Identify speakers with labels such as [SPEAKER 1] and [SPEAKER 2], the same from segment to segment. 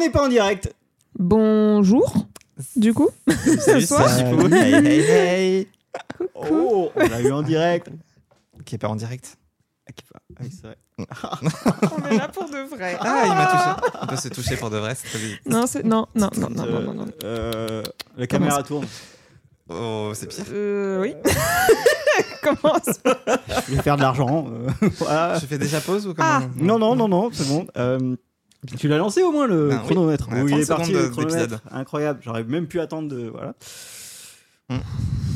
[SPEAKER 1] n'est pas en direct.
[SPEAKER 2] Bonjour, du coup.
[SPEAKER 3] Salut,
[SPEAKER 2] Bonsoir.
[SPEAKER 3] c'est Jipou. Hey, hey, hey.
[SPEAKER 1] Oh, on l'a eu en direct.
[SPEAKER 3] Qui est pas en direct.
[SPEAKER 1] Ah, qui- ah oui, c'est vrai.
[SPEAKER 2] On est là pour de vrai.
[SPEAKER 3] Ah, il m'a touché. On peut se toucher pour de vrai, c'est très bizarre.
[SPEAKER 2] Non, c'est... Non, non, non, non, non,
[SPEAKER 1] Euh,
[SPEAKER 2] non, non.
[SPEAKER 1] euh, la caméra tourne.
[SPEAKER 3] Oh, c'est pire.
[SPEAKER 2] Euh, oui. Commence.
[SPEAKER 1] Je vais faire de l'argent. euh, voilà.
[SPEAKER 3] Je fais déjà pause ou comment
[SPEAKER 2] Ah.
[SPEAKER 1] Non, non, non, non, c'est bon. Euh, tu l'as lancé au moins le
[SPEAKER 3] Ben oui.
[SPEAKER 1] chronomètre.
[SPEAKER 3] On a
[SPEAKER 1] Oui,
[SPEAKER 3] 30
[SPEAKER 1] il est parti
[SPEAKER 3] secondes
[SPEAKER 1] le
[SPEAKER 3] de-
[SPEAKER 1] chronomètre.
[SPEAKER 3] d'épisode.
[SPEAKER 1] Incroyable. J'aurais même pu attendre de. Voilà.
[SPEAKER 3] Hmm.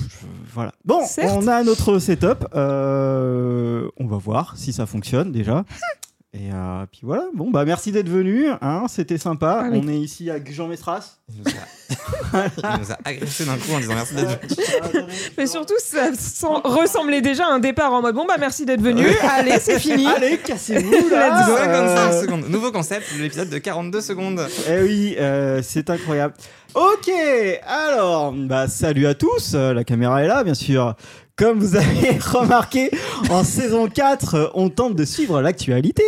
[SPEAKER 1] Je- Voilà. Bon,
[SPEAKER 2] Certes.
[SPEAKER 1] on a notre setup. Euh, on va voir si ça fonctionne déjà. Et euh, puis voilà. Bon, bah merci d'être venu. hein, C'était sympa.
[SPEAKER 2] Avec-
[SPEAKER 1] On est ici avec Jean Mestras.
[SPEAKER 3] Il nous a, il nous a agressé d'un coup en disant merci d'être venu.
[SPEAKER 2] Mais surtout, ça sent- ressemblait déjà à un départ en mode bon, bah merci d'être venu. Allez, c'est fini.
[SPEAKER 1] Allez, cassez-vous là.
[SPEAKER 2] Let's go.
[SPEAKER 3] 55
[SPEAKER 1] Euh,
[SPEAKER 3] secondes. Nouveau concept, l'épisode de 42 secondes.
[SPEAKER 1] Eh oui, euh, c'est incroyable. Ok, alors, bah, salut à tous. Euh, la caméra est là, bien sûr. Comme vous avez remarqué, en saison 4, euh, on tente de suivre l'actualité.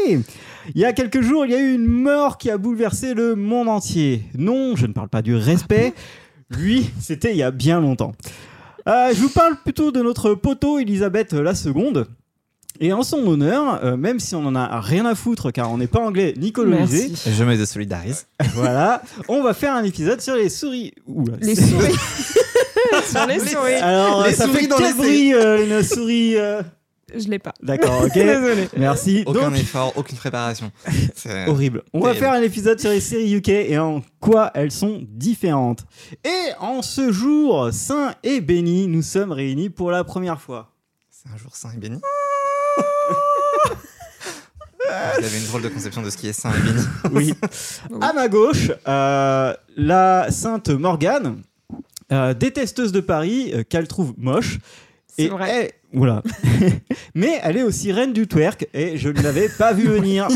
[SPEAKER 1] Il y a quelques jours, il y a eu une mort qui a bouleversé le monde entier. Non, je ne parle pas du respect. Lui, c'était il y a bien longtemps. Euh, je vous parle plutôt de notre poteau Elisabeth la Seconde. Et en son honneur, euh, même si on en a rien à foutre car on n'est pas anglais ni colonisé,
[SPEAKER 2] Merci.
[SPEAKER 3] Je me désolidarise.
[SPEAKER 1] voilà, on va faire un épisode sur les souris. Oula,
[SPEAKER 2] Les
[SPEAKER 1] c'est-
[SPEAKER 2] souris. Sur les souris.
[SPEAKER 1] Alors,
[SPEAKER 3] Les
[SPEAKER 1] ça
[SPEAKER 3] souris
[SPEAKER 1] fait
[SPEAKER 3] dans
[SPEAKER 1] quel
[SPEAKER 3] les séries.
[SPEAKER 1] bruit euh, une souris euh
[SPEAKER 2] Je l'ai pas.
[SPEAKER 1] D'accord, ok.
[SPEAKER 2] Désolée.
[SPEAKER 1] Merci.
[SPEAKER 3] Aucun
[SPEAKER 1] Donc, Oh.
[SPEAKER 3] effort, aucune préparation. C'est-
[SPEAKER 1] horrible. On va
[SPEAKER 3] Terrible.
[SPEAKER 1] faire un épisode sur les séries UK et en quoi elles sont différentes. Et en ce jour saint et béni, nous sommes réunis pour la première fois.
[SPEAKER 3] C'est un jour sain et béni. Vous avez une drôle de conception de ce qui est sain et béni.
[SPEAKER 1] Oui. à ma gauche, euh, la sainte Morgane, euh, détesteuse de Paris, euh, qu'elle trouve moche.
[SPEAKER 2] C'est
[SPEAKER 1] Et
[SPEAKER 2] vrai.
[SPEAKER 1] elle- voilà. Mais elle est aussi reine du twerk et je ne l'avais pas vu venir.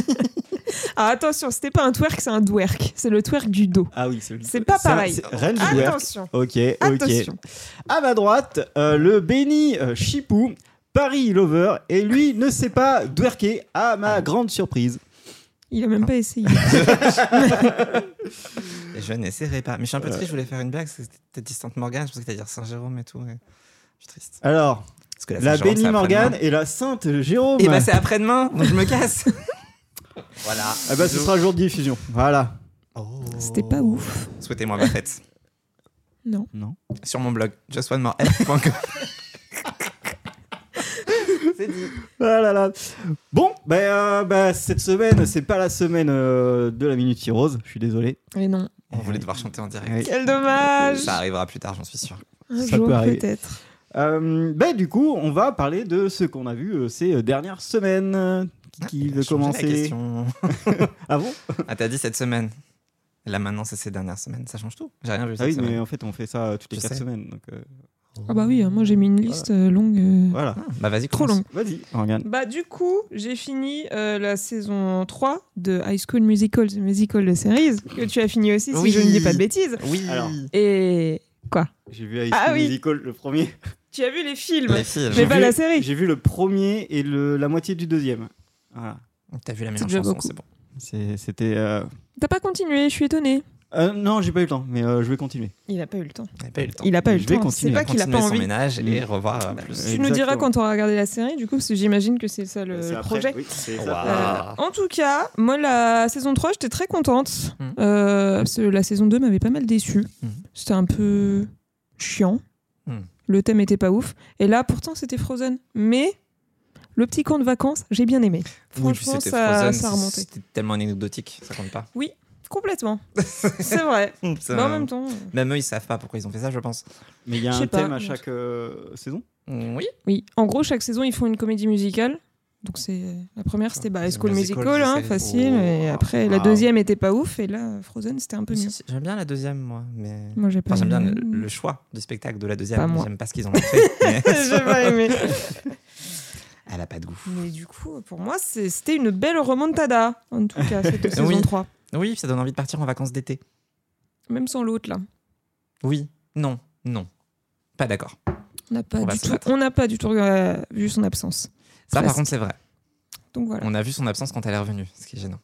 [SPEAKER 2] Ah, attention, c'était pas un twerk, c'est un dwerk. C'est le twerk du dos.
[SPEAKER 1] Ah oui, c'est
[SPEAKER 2] C'est pas
[SPEAKER 1] c'est-
[SPEAKER 2] pareil.
[SPEAKER 1] c'est Reine du twerk.
[SPEAKER 2] Attention.
[SPEAKER 1] Ok, ok.
[SPEAKER 2] Attention.
[SPEAKER 1] À ma droite, euh, le béni euh, Chipou, Paris Lover, et lui ne sait pas twerker à
[SPEAKER 2] Ah.
[SPEAKER 1] ma grande surprise.
[SPEAKER 2] Il a même pas essayé.
[SPEAKER 3] Et je n'essaierai pas. Mais je suis un
[SPEAKER 1] Euh.
[SPEAKER 3] peu triste, je voulais faire une blague, parce que c'était distante Morgane, je pensais que t'allais dire Saint-Jérôme et tout. et Je suis triste.
[SPEAKER 1] Alors,
[SPEAKER 2] Bah,
[SPEAKER 3] Parce que
[SPEAKER 1] la
[SPEAKER 3] Saint-Jérôme,
[SPEAKER 1] béni
[SPEAKER 3] c'est
[SPEAKER 1] Morgane
[SPEAKER 3] après-demain.
[SPEAKER 1] et la sainte Jérôme.
[SPEAKER 2] Eh
[SPEAKER 3] Et bah c'est après-demain, donc je me casse. voilà.
[SPEAKER 1] Ah bah, ce sera le jour de diffusion. Voilà.
[SPEAKER 3] Oh.
[SPEAKER 2] C'était pas ouf.
[SPEAKER 3] Souhaitez-moi ma fête.
[SPEAKER 2] Non.
[SPEAKER 1] Non.
[SPEAKER 3] Sur mon blog, justonemorehelp.com. c'est dit.
[SPEAKER 1] Ah là là. Bon, bah, euh, bah, cette semaine, c'est pas la semaine euh, de la Minute Rose, je suis désolé.
[SPEAKER 2] Et non.
[SPEAKER 3] On voulait devoir chanter en direct.
[SPEAKER 1] Ouais.
[SPEAKER 2] Quel dommage.
[SPEAKER 3] Ça arrivera plus tard, j'en suis sûr.
[SPEAKER 2] Un
[SPEAKER 1] ça
[SPEAKER 2] jour,
[SPEAKER 1] peut arriver.
[SPEAKER 2] peut-être.
[SPEAKER 1] Euh, bah, du coup, on va parler de ce qu'on a vu euh, ces euh, dernières semaines. Euh, Qui, qui
[SPEAKER 3] Il a
[SPEAKER 1] veut
[SPEAKER 3] changé La
[SPEAKER 1] commencer
[SPEAKER 3] question.
[SPEAKER 1] Ah bon
[SPEAKER 3] Ah, t'as dit cette semaine. Là maintenant, c'est ces dernières semaines. Ça change tout. J'ai rien vu.
[SPEAKER 1] Ah oui,
[SPEAKER 3] cette
[SPEAKER 1] mais
[SPEAKER 3] semaine.
[SPEAKER 1] en fait, on fait ça euh, toutes les
[SPEAKER 3] Je
[SPEAKER 1] 4
[SPEAKER 3] sais.
[SPEAKER 1] semaines. Donc, euh,
[SPEAKER 2] Ah bah oui, hein, moi j'ai mis une liste euh, longue. euh,
[SPEAKER 1] voilà.
[SPEAKER 3] Ah, bah vas-y,
[SPEAKER 2] Trop
[SPEAKER 3] commence.
[SPEAKER 2] longue.
[SPEAKER 1] Vas-y, Morgane.
[SPEAKER 2] Bah du coup, j'ai fini euh, la saison 3 de High School Musical, The Musical de Series, que tu as fini aussi, si
[SPEAKER 3] Oui.
[SPEAKER 2] je ne dis pas de bêtises.
[SPEAKER 3] Oui.
[SPEAKER 1] Alors.
[SPEAKER 2] Et quoi
[SPEAKER 1] J'ai vu High
[SPEAKER 2] Ah
[SPEAKER 1] School
[SPEAKER 2] oui.
[SPEAKER 1] Musical, le premier.
[SPEAKER 2] Tu as vu les films
[SPEAKER 3] Les filles.
[SPEAKER 2] J'ai
[SPEAKER 1] J'ai
[SPEAKER 3] genre,
[SPEAKER 2] pas
[SPEAKER 1] vu-
[SPEAKER 2] la série.
[SPEAKER 1] J'ai vu le premier et le- la moitié du deuxième. Voilà.
[SPEAKER 3] T'as vu la
[SPEAKER 2] C'est
[SPEAKER 3] meilleure
[SPEAKER 2] déjà
[SPEAKER 3] chanson,
[SPEAKER 2] beaucoup.
[SPEAKER 3] c'est bon.
[SPEAKER 1] C'est- C'était. euh,
[SPEAKER 2] T'as pas continué, je suis étonnée.
[SPEAKER 1] euh, non, j'ai pas eu le temps, mais euh, je vais continuer.
[SPEAKER 2] Il a pas eu le temps.
[SPEAKER 3] On n'a pas eu le temps.
[SPEAKER 2] Il a pas eu
[SPEAKER 1] Je
[SPEAKER 2] le
[SPEAKER 1] vais
[SPEAKER 2] temps. C'est
[SPEAKER 1] continuer.
[SPEAKER 2] pas qu'il a pas
[SPEAKER 3] Continuer son
[SPEAKER 2] envie.
[SPEAKER 3] ménage et
[SPEAKER 1] Mm.
[SPEAKER 3] revoir euh, plus.
[SPEAKER 2] Tu nous diras
[SPEAKER 1] Exactement.
[SPEAKER 2] quand on aura regardé la série, du coup, parce que j'imagine que c'est ça le,
[SPEAKER 1] Euh, C'est
[SPEAKER 2] le
[SPEAKER 1] après,
[SPEAKER 2] projet.
[SPEAKER 1] oui, c'est ça.
[SPEAKER 3] Waouh.
[SPEAKER 2] Euh,
[SPEAKER 3] Ah.
[SPEAKER 2] en tout cas, moi, la saison 3, j'étais très contente.
[SPEAKER 3] Mhm.
[SPEAKER 2] Euh, parce que la saison 2 m'avait pas mal déçue.
[SPEAKER 3] Mhm.
[SPEAKER 2] C'était un peu chiant.
[SPEAKER 3] Mhm.
[SPEAKER 2] Le thème était pas ouf. Et là, pourtant, c'était Frozen. Mais le petit camp de vacances, j'ai bien aimé.
[SPEAKER 3] Oui, puis
[SPEAKER 2] Franchement,
[SPEAKER 3] c'était
[SPEAKER 2] ça,
[SPEAKER 3] Frozen,
[SPEAKER 2] ça remontait.
[SPEAKER 3] C'était tellement anecdotique, ça compte pas.
[SPEAKER 2] Complètement. C'est vrai.
[SPEAKER 3] Mm, Ça-
[SPEAKER 2] Mais en même temps. euh,
[SPEAKER 3] Même eux, ils savent pas pourquoi ils ont fait ça, je pense.
[SPEAKER 1] Mais il y a
[SPEAKER 2] Je
[SPEAKER 1] un
[SPEAKER 2] sais pas,
[SPEAKER 1] thème à
[SPEAKER 2] donc-
[SPEAKER 1] chaque euh, saison
[SPEAKER 3] Mm, Oui.
[SPEAKER 2] Oui. En gros, chaque saison, ils font une comédie musicale. Donc, c'est la première, c'était bah,
[SPEAKER 3] Le
[SPEAKER 2] High School
[SPEAKER 3] musical,
[SPEAKER 2] Musical, hein,
[SPEAKER 3] c'est-
[SPEAKER 2] facile. Et
[SPEAKER 3] Oh,
[SPEAKER 2] après, la
[SPEAKER 3] wow.
[SPEAKER 2] deuxième était pas ouf. Et là, Frozen, c'était un peu mieux.
[SPEAKER 3] Si, si, J'aime bien la deuxième, moi. Mais...
[SPEAKER 2] Moi, j'ai pas
[SPEAKER 3] Enfin, j'aime bien
[SPEAKER 2] aimé.
[SPEAKER 3] le, le choix du spectacle de la
[SPEAKER 2] Mm. Pas
[SPEAKER 3] deuxième.
[SPEAKER 2] moi.
[SPEAKER 3] J'aime pas ce qu'ils en ont fait. mais
[SPEAKER 2] j'ai pas aimé.
[SPEAKER 3] Elle a pas de goût.
[SPEAKER 2] Mais du coup, pour moi, c'est- c'était une belle remontada, en tout cas, cette saison
[SPEAKER 3] Oui.
[SPEAKER 2] 3.
[SPEAKER 3] Oui, ça donne envie de partir en vacances d'été.
[SPEAKER 2] Même sans l'autre, là.
[SPEAKER 3] Oui. Non. Non. Pas d'accord.
[SPEAKER 2] On n'a pas,
[SPEAKER 3] On va
[SPEAKER 2] du
[SPEAKER 3] se
[SPEAKER 2] tout-
[SPEAKER 3] battre.
[SPEAKER 2] on n'a pas du tout euh, vu son absence.
[SPEAKER 3] Ça, par
[SPEAKER 2] Presque.
[SPEAKER 3] contre, c'est vrai.
[SPEAKER 2] Donc voilà.
[SPEAKER 3] On a vu son absence quand elle est revenue, ce qui est gênant.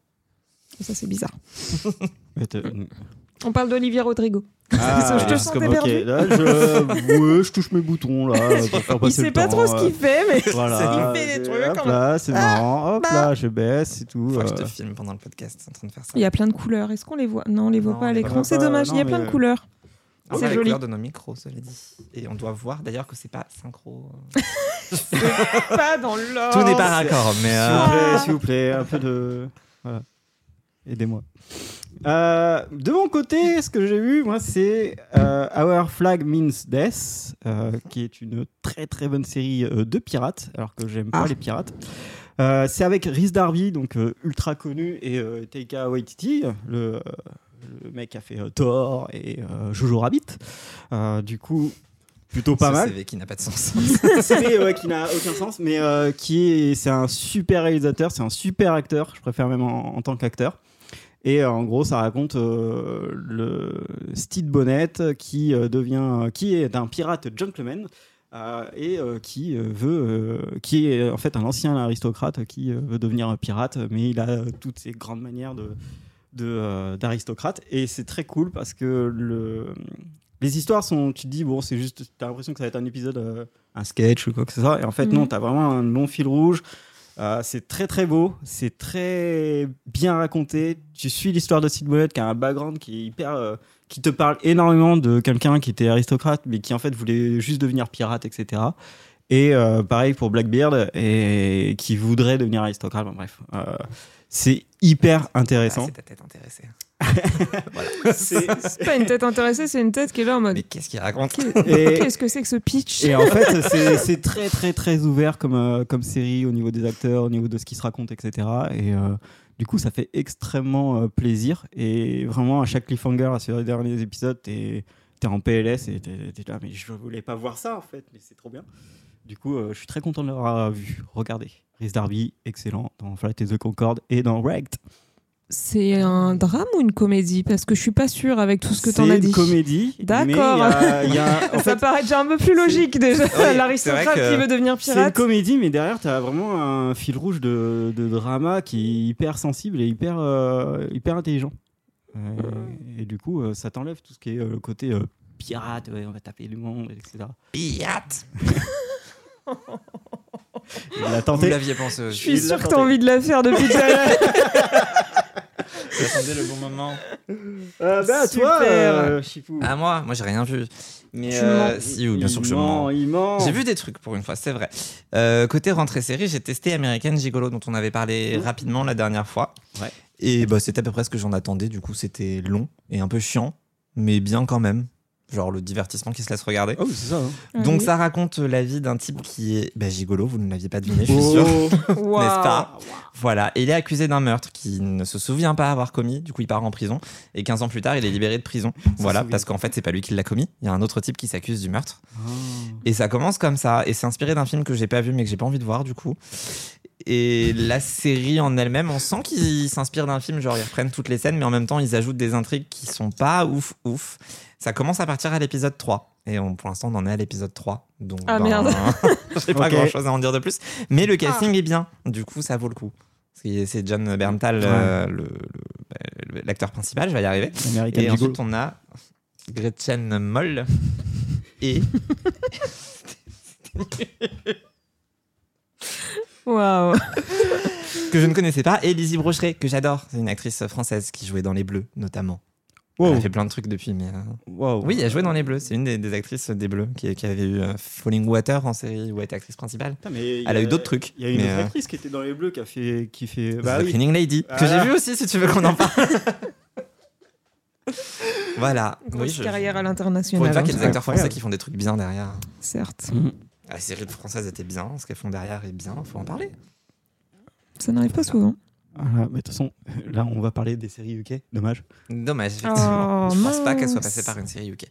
[SPEAKER 2] trouve ça c'est bizarre.
[SPEAKER 1] Mais t'es-
[SPEAKER 3] Mm.
[SPEAKER 2] On parle d'Olivier Rodrigo.
[SPEAKER 1] Euh. Ah,
[SPEAKER 2] je te
[SPEAKER 1] parce
[SPEAKER 2] sentais
[SPEAKER 1] que- ok,
[SPEAKER 2] perdu.
[SPEAKER 1] là, je... ouais, je touche mes boutons là. Pour faire
[SPEAKER 2] Il
[SPEAKER 1] passer
[SPEAKER 2] sait
[SPEAKER 1] le
[SPEAKER 2] pas
[SPEAKER 1] temps,
[SPEAKER 2] trop ce
[SPEAKER 1] euh,
[SPEAKER 2] qu'il fait, mais
[SPEAKER 1] Voilà.
[SPEAKER 2] Il fait
[SPEAKER 1] Et
[SPEAKER 2] des trucs,
[SPEAKER 1] Hop
[SPEAKER 2] hein.
[SPEAKER 1] là, c'est marrant. Hop
[SPEAKER 2] bah.
[SPEAKER 1] là, je baisse c'est tout.
[SPEAKER 3] Faut que je
[SPEAKER 1] euh.
[SPEAKER 3] te filme pendant le podcast en train de faire ça.
[SPEAKER 2] il y a plein de couleurs. Est-ce qu'on les voit Non, on les voit
[SPEAKER 3] Non,
[SPEAKER 2] pas à
[SPEAKER 3] on les
[SPEAKER 1] voit
[SPEAKER 2] l'écran. C'est
[SPEAKER 1] pas,
[SPEAKER 2] dommage.
[SPEAKER 1] non,
[SPEAKER 2] il y a
[SPEAKER 1] mais-
[SPEAKER 2] plein
[SPEAKER 3] euh,
[SPEAKER 2] de couleurs.
[SPEAKER 3] On
[SPEAKER 2] c'est
[SPEAKER 3] voit les
[SPEAKER 2] joli.
[SPEAKER 3] couleurs de nos micros, cela dit. Et on doit voir d'ailleurs que c'est pas synchro.
[SPEAKER 2] pas dans l'or.
[SPEAKER 3] Tout n'est pas raccord,
[SPEAKER 1] S'il
[SPEAKER 3] mais. euh,
[SPEAKER 1] vous plaît,
[SPEAKER 2] Ah.
[SPEAKER 1] s'il vous plaît, un peu de. Voilà. Aidez-moi. Euh, de mon côté, ce que j'ai vu, moi, c'est euh, Our Flag Means Death, euh, qui est une très très bonne série euh, de pirates, alors que j'aime pas
[SPEAKER 2] Ah.
[SPEAKER 1] les pirates. Euh, c'est avec Rhys Darby, donc euh, ultra connu, et euh, Taika Waititi, le, euh, le mec qui a fait euh, Thor et euh, Jojo Rabbit. Euh, du coup, plutôt pas
[SPEAKER 3] ce
[SPEAKER 1] mal.
[SPEAKER 3] CV qui n'a pas de sens.
[SPEAKER 1] CV ouais, qui n'a aucun sens, mais euh, qui est, c'est un super réalisateur, c'est un super acteur, je préfère même en, en tant qu'acteur. Et euh, en gros, ça raconte euh, le Steve Bonnet qui euh, devient, qui est un pirate gentleman euh, et euh, qui euh, veut, euh, qui est en fait un ancien aristocrate qui euh, veut devenir pirate, mais il a euh, toutes ces grandes manières de de, euh, d'aristocrate et c'est très cool parce que le les histoires sont tu te dis bon c'est juste t'as l'impression que ça va être un épisode euh, un sketch ou quoi que ce soit. Et en fait,
[SPEAKER 2] Mhm.
[SPEAKER 1] non, t'as vraiment un long fil rouge. Euh, c'est très très beau, c'est très bien raconté. Tu suis l'histoire de Sid Bonnet qui a un background qui est hyper, euh, qui te parle énormément de quelqu'un qui était aristocrate mais qui en fait voulait juste devenir pirate, etc. Et euh, pareil pour Blackbeard et qui voudrait devenir aristocrate. Bon, bref, Euh, c'est hyper
[SPEAKER 3] Ah,
[SPEAKER 1] intéressant.
[SPEAKER 3] c'est ta tête intéressée.
[SPEAKER 1] C'est-
[SPEAKER 2] C'est pas une tête intéressée, c'est une tête qui est là en mode.
[SPEAKER 3] Mais qu'est-ce qu'il raconte
[SPEAKER 1] et,
[SPEAKER 2] Qu'est-ce que c'est que ce pitch
[SPEAKER 1] Et en fait, c'est- c'est très, très, très ouvert comme, euh, comme série au niveau des acteurs, au niveau de ce qui se raconte, etc. Et euh, du coup, ça fait extrêmement euh, plaisir. Et vraiment, à chaque cliffhanger, à ces derniers épisodes, t'es es en PLS et t'es t'es là, mais je voulais pas voir ça en fait, mais c'est trop bien. Du coup, euh, je suis très content de l'avoir euh, vu. Regardez. Rhys Darby, excellent dans Flight of the Concorde et dans Wrecked.
[SPEAKER 2] C'est un drame ou une comédie Parce que je suis pas sûre avec tout ce que
[SPEAKER 1] C'est
[SPEAKER 2] t'en as dit.
[SPEAKER 1] une comédie. mais
[SPEAKER 2] D'accord.
[SPEAKER 1] il y a- il y a- en
[SPEAKER 2] ça
[SPEAKER 1] fait,
[SPEAKER 2] paraît déjà un peu plus logique déjà.
[SPEAKER 3] c'est vrai
[SPEAKER 2] L'aristocrate
[SPEAKER 3] que-
[SPEAKER 2] qui veut devenir
[SPEAKER 1] C'est une
[SPEAKER 2] pirate.
[SPEAKER 1] comédie, mais derrière, t'as vraiment un fil rouge de, de drama qui est hyper sensible et hyper, euh, hyper intelligent. Euh, et du coup, euh, ça t'enlève tout ce qui est euh, le côté euh, pirate, ouais, on va taper le monde, etc.
[SPEAKER 3] Piate
[SPEAKER 1] Il l'a
[SPEAKER 3] Vous
[SPEAKER 1] tenté.
[SPEAKER 3] l'aviez pensé.
[SPEAKER 2] Je
[SPEAKER 1] Il
[SPEAKER 2] suis
[SPEAKER 1] l'a
[SPEAKER 2] sûre que
[SPEAKER 1] tenté.
[SPEAKER 2] t'as envie de la faire depuis tout à l'heure.
[SPEAKER 3] Attendez le bon moment.
[SPEAKER 1] Euh, bah, toi,
[SPEAKER 2] Super.
[SPEAKER 1] euh, Chipou.
[SPEAKER 3] À moi, moi j'ai rien vu. Mais
[SPEAKER 2] Tu
[SPEAKER 3] Ah, euh,
[SPEAKER 2] mens.
[SPEAKER 3] si, oui, bien
[SPEAKER 1] il
[SPEAKER 3] sûr que je
[SPEAKER 1] ment,
[SPEAKER 3] mens.
[SPEAKER 1] Il ment.
[SPEAKER 3] J'ai vu des trucs pour une fois, c'est vrai. Euh, côté rentrée série, j'ai testé American Gigolo dont on avait parlé
[SPEAKER 1] Mmh.
[SPEAKER 3] rapidement la dernière fois.
[SPEAKER 1] Ouais.
[SPEAKER 3] Et bah, c'était à peu près ce que j'en attendais. Du coup, c'était long et un peu chiant, mais bien quand même. Genre le divertissement qui se laisse regarder.
[SPEAKER 1] Oh, c'est ça. hein.
[SPEAKER 3] Donc
[SPEAKER 2] Oui.
[SPEAKER 3] ça raconte la vie d'un type qui est bah, gigolo, vous ne l'aviez pas deviné, je suis
[SPEAKER 1] Oh.
[SPEAKER 3] sûr.
[SPEAKER 2] Waouh.
[SPEAKER 3] n'est-ce pas Voilà, et il est accusé d'un meurtre qu'il ne se souvient pas avoir commis, du coup il part en prison, et 15 ans plus tard il est libéré de prison. Voilà,
[SPEAKER 1] souvient.
[SPEAKER 3] parce qu'en fait c'est pas lui qui l'a commis, il y a un autre type qui s'accuse du meurtre.
[SPEAKER 1] Ah.
[SPEAKER 3] Et ça commence comme ça, et c'est inspiré d'un film que j'ai pas vu mais que j'ai pas envie de voir du coup. Et la série en elle-même, on sent qu'ils s'inspirent d'un film, genre ils reprennent toutes les scènes, mais en même temps ils ajoutent des intrigues qui sont pas ouf ouf. Ça commence à partir à l'épisode 3. Et on- pour l'instant, on en est à l'épisode 3. Donc, ben,
[SPEAKER 2] Ah, merde. Ah.
[SPEAKER 3] J'ai pas
[SPEAKER 1] Ok.
[SPEAKER 3] grand chose à en dire de plus. Mais le casting est bien. Du coup, ça vaut le coup. Parce que C'est John Berntal, euh, le- le- bah, le- l'acteur principal, je vais y arriver.
[SPEAKER 1] American
[SPEAKER 3] Et
[SPEAKER 1] Gigolo.
[SPEAKER 3] ensuite, on a Gretchen Moll et
[SPEAKER 2] Waouh.
[SPEAKER 3] que je ne connaissais pas, et Lizzie Brocheret, que j'adore. C'est une actrice française qui jouait dans Les Bleus, notamment. Elle
[SPEAKER 1] Oh.
[SPEAKER 3] a fait plein de trucs depuis, mais. euh,
[SPEAKER 1] Wow.
[SPEAKER 3] Oui, elle jouait dans Les Bleus. C'est une des, des actrices des Bleus qui, qui avait eu euh, Falling Water en série où elle était actrice principale.
[SPEAKER 1] Putain, mais il
[SPEAKER 3] Elle
[SPEAKER 1] y
[SPEAKER 3] a eu d'autres trucs.
[SPEAKER 1] Il y a une
[SPEAKER 3] mais,
[SPEAKER 1] autre
[SPEAKER 3] euh,
[SPEAKER 1] actrice qui était dans les bleus qui a fait. Qui fait...
[SPEAKER 3] The
[SPEAKER 1] Bah oui.
[SPEAKER 3] Cleaning Lady, que
[SPEAKER 1] Voilà.
[SPEAKER 3] j'ai vu aussi si tu veux qu'on en parle. voilà.
[SPEAKER 2] Grosse
[SPEAKER 3] Oui, je-
[SPEAKER 2] carrière à
[SPEAKER 3] Pour une fois
[SPEAKER 2] l'international. hein,
[SPEAKER 3] qu'il y a des acteurs
[SPEAKER 1] Incroyable.
[SPEAKER 3] français qui font des trucs bien derrière. Ah,
[SPEAKER 2] Certes.
[SPEAKER 3] La série française était bien, ce qu'elles font derrière est bien, faut en parler.
[SPEAKER 2] Ça n'arrive pas souvent.
[SPEAKER 1] Voilà, mais de toute façon, là, on va parler des séries UK. Dommage.
[SPEAKER 3] Dommage, effectivement.
[SPEAKER 2] Oh,
[SPEAKER 3] je pense pas
[SPEAKER 2] mince.
[SPEAKER 3] qu'elle soit passée par une série UK.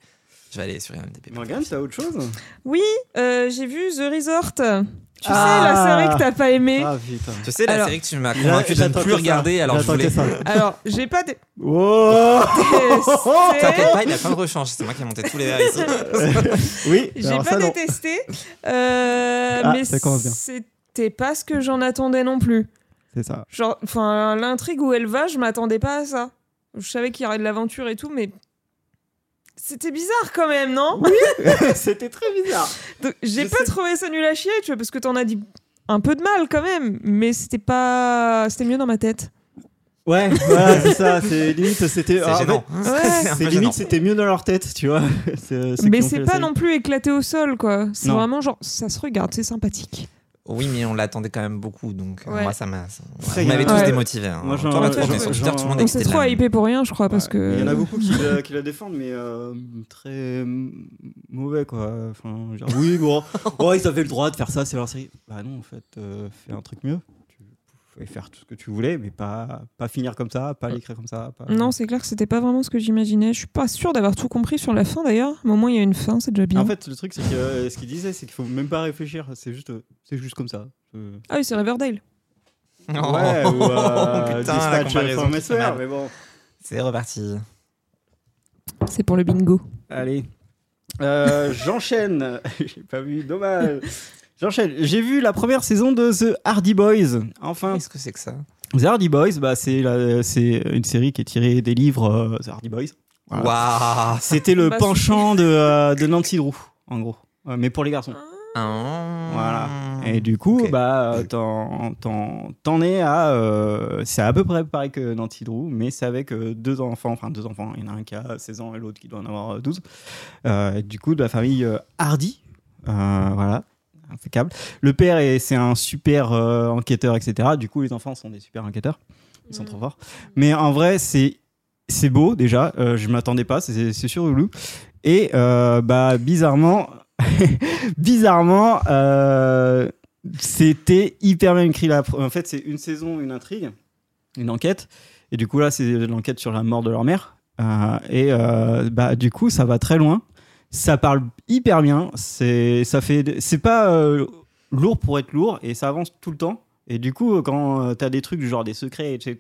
[SPEAKER 3] Je vais aller sur IMDb.
[SPEAKER 1] Morgane, t'as autre chose
[SPEAKER 2] Oui, euh, j'ai vu The Resort. Tu
[SPEAKER 1] Ah.
[SPEAKER 2] sais, la série que t'as pas aimée.
[SPEAKER 1] Ah putain.
[SPEAKER 3] Tu sais, la
[SPEAKER 2] Alors-
[SPEAKER 3] série que tu m'as convaincu de ne plus regarder, alors je voulais.
[SPEAKER 2] Alors, j'ai pas dé-
[SPEAKER 1] Oh
[SPEAKER 2] détesté.
[SPEAKER 3] T'inquiète pas, il a plein de rechange, c'est moi qui ai monté tous les verres ici.
[SPEAKER 1] Oui,
[SPEAKER 2] J'ai
[SPEAKER 1] alors
[SPEAKER 2] pas
[SPEAKER 1] ça, non.
[SPEAKER 2] détesté, euh,
[SPEAKER 1] Ah,
[SPEAKER 2] mais
[SPEAKER 1] ça commence bien.
[SPEAKER 2] c'était pas ce que j'en attendais non plus.
[SPEAKER 1] C'est ça.
[SPEAKER 2] Genre, enfin, l'intrigue où elle va, je m'attendais pas à ça. Je savais qu'il y aurait de l'aventure et tout, mais c'était bizarre quand même, non
[SPEAKER 1] C'était très bizarre.
[SPEAKER 2] Donc, J'ai
[SPEAKER 1] je
[SPEAKER 2] pas
[SPEAKER 1] sais.
[SPEAKER 2] trouvé ça nul à chier, tu vois, parce que t'en as dit un peu de mal quand même, mais c'était pas, c'était mieux dans ma tête.
[SPEAKER 1] Ouais, voilà, c'est ça. C'est limite, c'était.
[SPEAKER 3] C'est
[SPEAKER 1] ah, en
[SPEAKER 3] gênant.
[SPEAKER 2] Ouais.
[SPEAKER 3] C'est un
[SPEAKER 1] fait, c'est
[SPEAKER 3] peu
[SPEAKER 1] limite,
[SPEAKER 3] gênant.
[SPEAKER 1] c'était mieux dans leur tête, tu vois. C'est- ceux
[SPEAKER 2] Mais
[SPEAKER 1] qui ont fait
[SPEAKER 2] c'est
[SPEAKER 1] la
[SPEAKER 2] pas
[SPEAKER 1] série.
[SPEAKER 2] non plus éclaté au sol, quoi. C'est
[SPEAKER 1] Non.
[SPEAKER 2] vraiment genre, ça se regarde, c'est sympathique.
[SPEAKER 3] Oui, mais on l'attendait quand même beaucoup, donc euh,
[SPEAKER 2] Ouais.
[SPEAKER 3] moi ça m'a.
[SPEAKER 1] Ça,
[SPEAKER 3] ça- Vous
[SPEAKER 1] il y
[SPEAKER 3] m'avez
[SPEAKER 1] en
[SPEAKER 3] tous
[SPEAKER 2] a- Ouais.
[SPEAKER 3] démotivé. hein.
[SPEAKER 1] Moi,
[SPEAKER 3] Autour
[SPEAKER 1] j'en-
[SPEAKER 3] de la tournée,
[SPEAKER 1] j'en-
[SPEAKER 3] sur Twitter, tout le monde
[SPEAKER 1] j'en-
[SPEAKER 2] On
[SPEAKER 3] était
[SPEAKER 2] s'est
[SPEAKER 3] de la
[SPEAKER 2] trop
[SPEAKER 3] même.
[SPEAKER 2] hypé pour rien, je crois,
[SPEAKER 3] Ah,
[SPEAKER 2] parce
[SPEAKER 1] Ouais,
[SPEAKER 2] que.
[SPEAKER 1] Bah, Il y en
[SPEAKER 3] euh,
[SPEAKER 1] a beaucoup qui la, qui la défendent, mais euh, très m- mauvais, quoi. Enfin, genre, oui, bon, ouais, ils avaient le droit de faire ça, c'est leur série. Bah non, en fait, euh, fais un truc mieux. Tu pouvais faire tout ce que tu voulais, mais pas, pas finir comme ça,
[SPEAKER 3] Euh,
[SPEAKER 1] pas l'écrire comme ça. Pas...
[SPEAKER 2] Non, c'est clair que c'était pas vraiment ce que j'imaginais. Je suis pas sûre d'avoir tout compris sur la fin d'ailleurs, mais au moins il y a une fin, c'est déjà bien.
[SPEAKER 1] En fait, le truc, c'est que euh, ce qu'il disait, c'est qu'il faut même pas réfléchir, c'est juste, euh, c'est juste comme ça. Euh,
[SPEAKER 2] Ah oui, c'est Riverdale.
[SPEAKER 3] Oh,
[SPEAKER 1] ouais, ou, euh,
[SPEAKER 3] putain, la
[SPEAKER 1] Dispatch
[SPEAKER 3] comparaison
[SPEAKER 1] from
[SPEAKER 3] qui fait
[SPEAKER 1] elsewhere,
[SPEAKER 3] mal.
[SPEAKER 1] mais bon.
[SPEAKER 3] C'est reparti.
[SPEAKER 2] C'est pour le bingo.
[SPEAKER 1] Allez. Euh, J'enchaîne. J'ai pas vu, dommage. J'enchaîne. J'ai vu la première saison de The Hardy Boys. Enfin.
[SPEAKER 3] Qu'est-ce que c'est que ça
[SPEAKER 1] The Hardy Boys, bah, c'est la- c'est une série qui est tirée des livres euh, The Hardy Boys. Voilà.
[SPEAKER 3] Waouh
[SPEAKER 1] C'était le
[SPEAKER 2] Bah,
[SPEAKER 1] penchant de, euh, de Nancy Drew, en gros. Euh, mais pour les garçons. Voilà. Et du coup,
[SPEAKER 3] Hein. Ok.
[SPEAKER 1] bah, euh, t'en t'en- t'en es à. euh, c'est à peu près pareil que Nancy Drew, mais c'est avec euh, deux enfants. Enfin, deux enfants. Il y en a un qui a 16 ans et l'autre qui doit en avoir euh, 12. Euh, du coup, de la famille euh, Hardy. Euh, voilà. Impeccable. Le père, est- c'est un super euh, enquêteur, etc. Du coup, les enfants sont des super enquêteurs. Ils sont trop forts. Mais en vrai, c'est. C'est beau déjà, Euh, je m'attendais pas, c'est c'est sûr Loulou. Et euh, bah bizarrement, bizarrement, euh, c'était hyper bien écrit. La... En fait, c'est une saison, une intrigue, une enquête. Et du coup, là, c'est l'enquête sur la mort de leur mère. Euh, et euh, bah, du coup, ça va très loin. Ça parle hyper bien. C'est, ça fait, c'est pas euh, lourd pour être lourd et ça avance tout le temps. Et du coup, quand tu as des trucs du genre des secrets, etc.,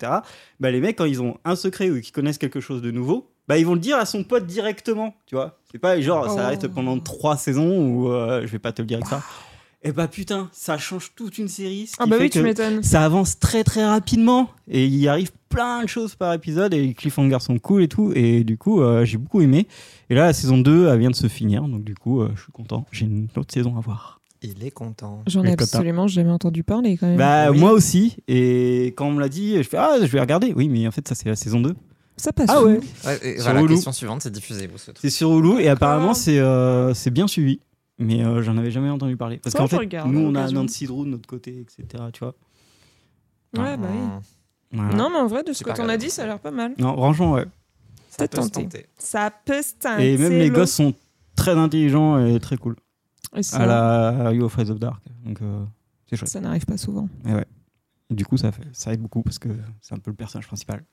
[SPEAKER 1] bah, les mecs, quand ils ont un secret ou qu'ils connaissent quelque chose de nouveau, bah, ils vont le dire à son pote directement. Tu vois, c'est pas genre
[SPEAKER 2] Oh.
[SPEAKER 1] ça reste pendant trois saisons ou euh, je vais pas te le dire avec ça. Et bah putain, ça change toute une série. ce
[SPEAKER 2] Ah
[SPEAKER 1] qui
[SPEAKER 2] bah
[SPEAKER 1] fait
[SPEAKER 2] oui, tu
[SPEAKER 1] que
[SPEAKER 2] m'étonnes.
[SPEAKER 1] ça avance très très rapidement et il arrive plein de choses par épisode et les cliffhangers sont cool et tout et du coup euh, j'ai beaucoup aimé et là la saison 2 elle vient de se finir donc du coup euh, je suis content j'ai une autre saison à voir
[SPEAKER 3] Il est content.
[SPEAKER 2] J'en ai
[SPEAKER 1] Mais quota.
[SPEAKER 2] absolument jamais entendu parler quand même. Ah
[SPEAKER 1] bah
[SPEAKER 3] Oui.
[SPEAKER 1] moi aussi et quand on me l'a dit je fais ah je vais regarder oui mais en fait ça c'est la saison 2
[SPEAKER 2] ça passe.
[SPEAKER 1] ah
[SPEAKER 2] où
[SPEAKER 1] ouais
[SPEAKER 3] Ouais, et
[SPEAKER 1] Sur
[SPEAKER 3] voilà, la
[SPEAKER 1] Hulu.
[SPEAKER 3] question suivante, c'est diffusé vous ce truc.
[SPEAKER 1] c'est sur Hulu et apparemment
[SPEAKER 2] D'accord.
[SPEAKER 1] c'est euh, c'est bien suivi mais euh, j'en avais jamais entendu parler parce
[SPEAKER 2] Ouais,
[SPEAKER 1] qu'en
[SPEAKER 2] je
[SPEAKER 1] fait
[SPEAKER 2] regarde, euh,
[SPEAKER 1] nous
[SPEAKER 2] à
[SPEAKER 1] on a
[SPEAKER 2] l'occasion.
[SPEAKER 1] Nancy Drew de notre côté etc tu vois
[SPEAKER 2] Ouais, bah oui.
[SPEAKER 3] Hum,
[SPEAKER 1] Voilà.
[SPEAKER 2] Non, mais en vrai, de ce
[SPEAKER 3] J'ai
[SPEAKER 2] que
[SPEAKER 3] pas
[SPEAKER 2] t'en as
[SPEAKER 3] regardé.
[SPEAKER 2] dit, ça a l'air pas mal.
[SPEAKER 1] non franchement ouais
[SPEAKER 3] Ça
[SPEAKER 2] Peut-être
[SPEAKER 3] peut se
[SPEAKER 2] tenter.
[SPEAKER 3] tenter.
[SPEAKER 2] Ça peut se teinter.
[SPEAKER 1] et même les
[SPEAKER 2] l'eau.
[SPEAKER 1] gosses sont très intelligents et très cool
[SPEAKER 2] Et ça,
[SPEAKER 1] à la Are You Afraid of Dark. Donc, euh, c'est chouette.
[SPEAKER 2] ça n'arrive pas souvent.
[SPEAKER 1] Et ouais. Du coup, ça, fait, ça aide beaucoup parce que c'est un peu le personnage principal.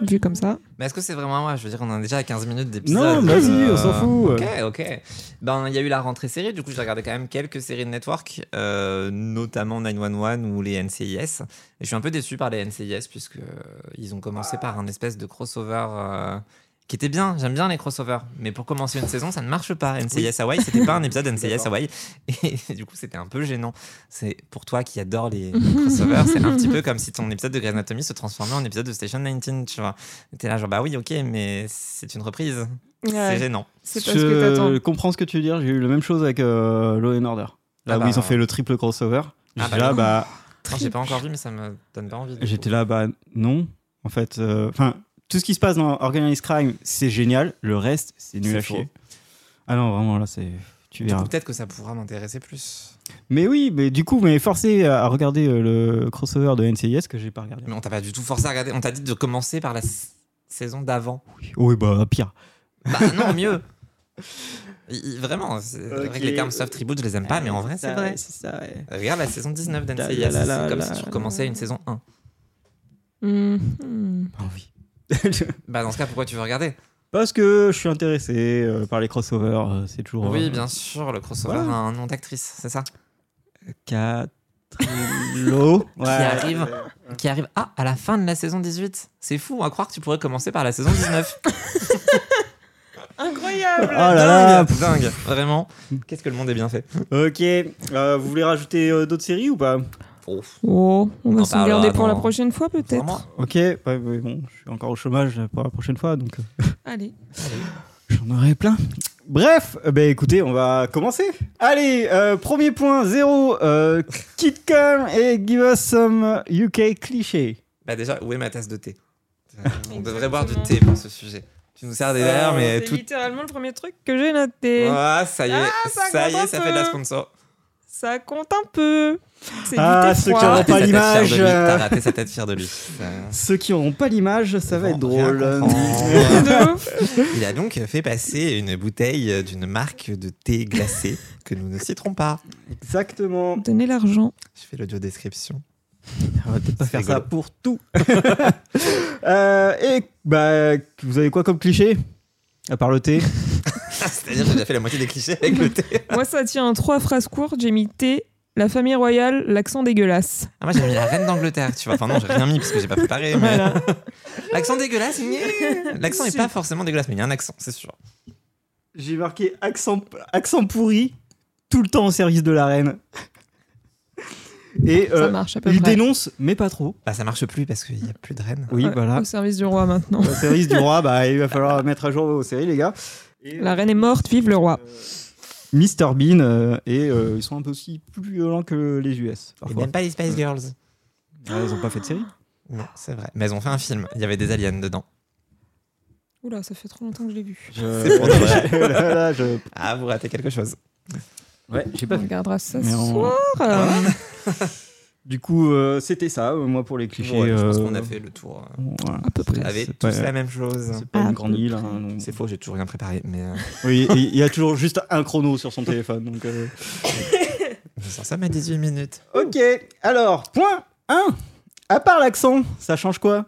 [SPEAKER 2] Vu comme ça.
[SPEAKER 3] Mais est-ce que c'est vraiment moi Je veux dire, on en est déjà à 15 minutes d'épisode.
[SPEAKER 1] Non, vas-y,
[SPEAKER 3] Euh,
[SPEAKER 1] on s'en fout.
[SPEAKER 3] Ok, ok. Ben, il y a eu la rentrée série, du coup, j'ai regardé quand même quelques séries de network, euh, notamment 911 ou les NCIS. Et je suis un peu déçu par les NCIS, puisque euh, ils ont commencé par un espèce de crossover euh, qui était bien. J'aime bien les crossovers. Mais pour commencer une saison, ça ne marche pas. NCIS Hawaii, c'était pas un épisode NCIS
[SPEAKER 1] D'accord.
[SPEAKER 3] Hawaii. Et du coup, c'était un peu gênant. C'est pour toi qui adore les crossovers, c'est un petit peu comme si ton épisode de Grey's Anatomy se transformait en épisode de Station 19, tu vois. T'es là genre bah oui ok mais c'est une reprise, c'est
[SPEAKER 2] Ouais,
[SPEAKER 3] gênant.
[SPEAKER 2] C'est pas ce que t'attends.
[SPEAKER 1] Je comprends ce que tu veux dire. J'ai eu la même chose avec euh, Law and Order. Là
[SPEAKER 3] Ah
[SPEAKER 1] où
[SPEAKER 3] bah.
[SPEAKER 1] ils ont fait le triple crossover.
[SPEAKER 3] Ah
[SPEAKER 1] J'étais
[SPEAKER 3] bah
[SPEAKER 1] là,
[SPEAKER 3] non.
[SPEAKER 1] bah,
[SPEAKER 3] Non, J'ai pas encore vu mais ça me donne pas envie. du
[SPEAKER 1] j'étais
[SPEAKER 3] coup.
[SPEAKER 1] là, bah non. En fait, euh, enfin, tout ce qui se passe dans Organized Crime, c'est génial. Le reste, c'est nul
[SPEAKER 3] C'est
[SPEAKER 1] à
[SPEAKER 3] faux.
[SPEAKER 1] chier. Ah non, vraiment, là, c'est. Tu
[SPEAKER 3] Du
[SPEAKER 1] verras.
[SPEAKER 3] coup, Peut-être que ça pourra m'intéresser plus.
[SPEAKER 1] Mais oui, mais du coup, vous m'avez forcé à regarder euh, le crossover de NCIS que j'ai pas regardé.
[SPEAKER 3] Mais on t'a pas du tout forcé à regarder. On t'a dit de commencer par la s- saison d'avant.
[SPEAKER 1] Oui, bah pire.
[SPEAKER 3] Bah non mieux. I- i- Vraiment, c'est- avec
[SPEAKER 1] Ok.
[SPEAKER 3] les termes soft reboot, je les aime pas, mais en vrai, c'est vrai.
[SPEAKER 1] C'est ça, ouais.
[SPEAKER 3] Regarde la saison 19
[SPEAKER 1] Da-
[SPEAKER 3] d'NCIS,
[SPEAKER 1] la- la- la-
[SPEAKER 3] c'est comme
[SPEAKER 1] la-
[SPEAKER 3] si tu recommençais une saison 1.
[SPEAKER 2] Mhm.
[SPEAKER 1] Pas envie.
[SPEAKER 3] Bah dans ce cas, pourquoi tu veux regarder
[SPEAKER 1] Parce que je suis intéressé euh, par les crossovers, euh, c'est toujours.
[SPEAKER 3] Oui, bien sûr, le crossover
[SPEAKER 1] Voilà.
[SPEAKER 3] a un nom d'actrice, c'est ça
[SPEAKER 1] Catrillo.
[SPEAKER 3] arrive. qui arrive ah, à la fin de la saison 18. C'est fou, à croire que tu pourrais commencer par la saison 19.
[SPEAKER 1] Oh
[SPEAKER 2] Incroyable
[SPEAKER 1] là là.
[SPEAKER 3] dingue, dingue, vraiment. Qu'est-ce que le monde est bien fait.
[SPEAKER 1] Ok. Euh, vous voulez rajouter euh, d'autres séries ou pas
[SPEAKER 3] Ouf.
[SPEAKER 2] Oh, on
[SPEAKER 1] Ah
[SPEAKER 3] On
[SPEAKER 2] va se
[SPEAKER 1] bah
[SPEAKER 2] garder
[SPEAKER 3] parlera
[SPEAKER 2] pour la
[SPEAKER 3] dans-
[SPEAKER 2] prochaine fois peut-être.
[SPEAKER 3] Vraiment.
[SPEAKER 1] Ok, ouais, ouais, bon, je suis encore au chômage pour la prochaine fois, donc euh,
[SPEAKER 2] Allez.
[SPEAKER 1] j'en aurai plein. Bref, euh, bah écoutez, on va commencer. Allez, euh, premier point, zéro, euh, Kid Cam et Give Us Some UK cliché.
[SPEAKER 3] Bah déjà, où est ma tasse de thé On devrait
[SPEAKER 2] Exactement.
[SPEAKER 3] boire du thé pour ce sujet. Tu nous sers des verres, mais
[SPEAKER 2] C'est
[SPEAKER 3] tout.
[SPEAKER 2] littéralement le premier truc que j'ai noté.
[SPEAKER 3] Ah, ça y est,
[SPEAKER 2] Ah, ça
[SPEAKER 3] ça, y est,
[SPEAKER 2] compte
[SPEAKER 3] ça
[SPEAKER 2] un
[SPEAKER 3] fait de la
[SPEAKER 2] peu.
[SPEAKER 3] sponsor.
[SPEAKER 2] Ça compte un peu. C'est
[SPEAKER 1] Ah,
[SPEAKER 2] vite et
[SPEAKER 1] ceux qui
[SPEAKER 2] froid.
[SPEAKER 1] auront
[SPEAKER 3] T'as
[SPEAKER 1] pas
[SPEAKER 3] raté sa tête fière de
[SPEAKER 1] l'image,
[SPEAKER 3] lui,
[SPEAKER 1] euh.
[SPEAKER 3] T'as raté sa tête fière de lui. Euh, Ça-
[SPEAKER 1] Ceux qui n'auront pas l'image, ça va être
[SPEAKER 3] Bon, rien
[SPEAKER 1] drôle.
[SPEAKER 3] comprendre.
[SPEAKER 2] De ouf.
[SPEAKER 3] Il a donc fait passer une bouteille d'une marque de thé glacé que nous ne citerons pas.
[SPEAKER 1] Exactement.
[SPEAKER 2] Donnez l'argent.
[SPEAKER 3] Je fais l'audio description.
[SPEAKER 1] On va peut-être pas
[SPEAKER 3] C'est
[SPEAKER 1] faire
[SPEAKER 3] rigolo.
[SPEAKER 1] ça pour tout. Euh, et bah, vous avez quoi comme cliché À part le thé
[SPEAKER 3] C'est-à-dire, j'ai déjà fait la moitié des clichés avec le thé.
[SPEAKER 2] Moi, ça tient en trois phrases courtes. J'ai mis thé, la famille royale, l'accent dégueulasse.
[SPEAKER 3] Ah, moi, j'ai mis la reine d'Angleterre, tu vois. Enfin, non, j'ai rien mis parce que j'ai pas préparé. Mais...
[SPEAKER 2] Voilà.
[SPEAKER 3] L'accent dégueulasse, gna. l'accent est
[SPEAKER 2] Si.
[SPEAKER 3] pas forcément dégueulasse, mais il y a un accent, c'est sûr.
[SPEAKER 1] J'ai marqué accent, accent pourri, tout le temps au service de la reine. Et
[SPEAKER 2] ça
[SPEAKER 1] euh,
[SPEAKER 2] marche à peu
[SPEAKER 1] il
[SPEAKER 2] près.
[SPEAKER 1] dénonce, mais pas trop.
[SPEAKER 3] Bah, ça marche plus parce qu'il y a plus de reine.
[SPEAKER 1] Oui,
[SPEAKER 2] Ouais,
[SPEAKER 1] voilà.
[SPEAKER 2] Au service du roi maintenant.
[SPEAKER 1] Au service du roi, bah, il va falloir mettre à jour vos séries, les gars. Et, euh,
[SPEAKER 2] La reine est morte, vive le roi.
[SPEAKER 1] Mister Bean, euh, et euh, ils sont un peu aussi plus violents que les US.
[SPEAKER 3] Et
[SPEAKER 1] Parfois.
[SPEAKER 3] même pas les Spice Girls.
[SPEAKER 1] Ouais, ils ont pas fait de série.
[SPEAKER 3] Non, c'est vrai. Mais elles ont fait un film. Il y avait des aliens dedans.
[SPEAKER 2] Oula, ça fait trop longtemps que je l'ai vu.
[SPEAKER 3] C'est pour de vrai.
[SPEAKER 1] Là, là, je-
[SPEAKER 3] Ah, vous ratez quelque chose.
[SPEAKER 1] Ouais, j'ai
[SPEAKER 2] On regardera ça
[SPEAKER 1] Mais
[SPEAKER 2] ce
[SPEAKER 1] on-
[SPEAKER 2] soir.
[SPEAKER 3] Ah
[SPEAKER 1] Du coup, euh, c'était ça, euh, moi, pour les clichés.
[SPEAKER 3] Ouais, je pense
[SPEAKER 1] euh,
[SPEAKER 3] qu'on a fait le tour.
[SPEAKER 1] bon, voilà.
[SPEAKER 2] À peu près.
[SPEAKER 1] C'est-
[SPEAKER 3] On avait
[SPEAKER 1] c'est
[SPEAKER 3] tous
[SPEAKER 1] pas-
[SPEAKER 3] la même chose.
[SPEAKER 1] C'est pas
[SPEAKER 2] Ah,
[SPEAKER 1] une grande
[SPEAKER 2] peu
[SPEAKER 1] île.
[SPEAKER 2] près.
[SPEAKER 1] hein, donc-
[SPEAKER 3] C'est faux, j'ai toujours rien préparé, mais euh,
[SPEAKER 1] Oui, et il y a toujours juste un chrono sur son téléphone. Donc, euh,
[SPEAKER 3] je sors ça à 18 minutes.
[SPEAKER 1] Ok, alors, point 1. À part l'accent, ça change quoi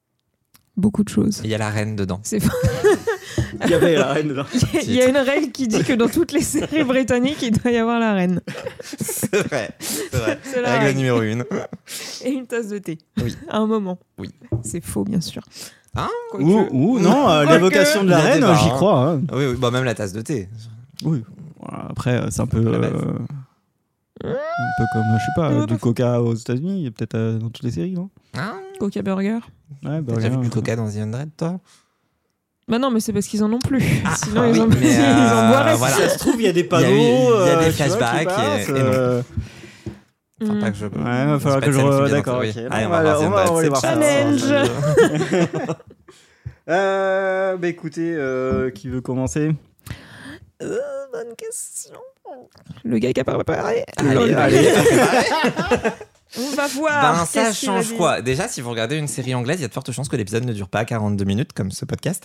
[SPEAKER 2] Beaucoup de choses.
[SPEAKER 3] Il y a la reine dedans.
[SPEAKER 2] C'est
[SPEAKER 1] Il y avait la reine dedans.
[SPEAKER 2] Il y a une règle qui dit que dans toutes les séries britanniques, il doit y avoir la reine.
[SPEAKER 3] C'est vrai. C'est vrai.
[SPEAKER 2] C'est la
[SPEAKER 3] Règle
[SPEAKER 2] reine.
[SPEAKER 3] numéro 1.
[SPEAKER 2] Et une tasse de thé.
[SPEAKER 3] Oui.
[SPEAKER 2] À un moment.
[SPEAKER 3] Oui.
[SPEAKER 2] C'est faux, bien sûr.
[SPEAKER 3] Hein
[SPEAKER 2] Quoique-
[SPEAKER 1] Ou, ou non, euh,
[SPEAKER 2] Quoique-
[SPEAKER 1] l'évocation de la
[SPEAKER 3] Il y a
[SPEAKER 1] reine,
[SPEAKER 3] débat,
[SPEAKER 1] j'y
[SPEAKER 3] hein.
[SPEAKER 1] crois. hein.
[SPEAKER 3] Oui, oui, bah même la tasse de thé.
[SPEAKER 1] Oui. Voilà, après, euh, c'est un peu.
[SPEAKER 3] La base.
[SPEAKER 1] euh, un peu comme, je sais pas,
[SPEAKER 2] Ouais,
[SPEAKER 1] euh, du
[SPEAKER 2] bah-
[SPEAKER 1] coca aux États-Unis, il y a peut-être euh, dans toutes les séries, non
[SPEAKER 3] Hein
[SPEAKER 2] Coca Burger.
[SPEAKER 1] Ouais, bah,
[SPEAKER 3] T'as déjà
[SPEAKER 1] rien.
[SPEAKER 3] vu du coca dans The 100, toi
[SPEAKER 2] Bah non, mais c'est parce qu'ils en ont plus.
[SPEAKER 3] Ah,
[SPEAKER 2] Sinon,
[SPEAKER 3] ah
[SPEAKER 2] ils,
[SPEAKER 3] oui,
[SPEAKER 2] en...
[SPEAKER 3] mais,
[SPEAKER 2] ils en
[SPEAKER 3] euh,
[SPEAKER 2] boiraient.
[SPEAKER 3] voilà.
[SPEAKER 1] se trouve, il y a des
[SPEAKER 3] Il y a eu- il y a des
[SPEAKER 1] euh, tu vois, qui
[SPEAKER 3] flashbacks et-
[SPEAKER 1] passent,
[SPEAKER 3] et non.
[SPEAKER 1] euh,
[SPEAKER 3] Enfin,
[SPEAKER 2] Mm.
[SPEAKER 3] pas que je. Ouais,
[SPEAKER 1] va falloir que je re- d'accord, ok.
[SPEAKER 3] Allez, on
[SPEAKER 1] Voilà,
[SPEAKER 3] va
[SPEAKER 1] on va- on va les voir.
[SPEAKER 3] voir The 100.
[SPEAKER 2] Challenge.
[SPEAKER 1] Euh, bah écoutez, euh, qui veut commencer
[SPEAKER 2] Euh, bonne question. Le gars qui a pas préparé.
[SPEAKER 3] Allez,
[SPEAKER 2] Lol.
[SPEAKER 3] allez.
[SPEAKER 2] On va voir.
[SPEAKER 3] Ben, ça
[SPEAKER 2] Ah, qu'est-ce qu'il va
[SPEAKER 3] change
[SPEAKER 2] dire.
[SPEAKER 3] quoi Déjà, si vous regardez une série anglaise, il y a de fortes chances que l'épisode ne dure pas 42 minutes comme ce podcast.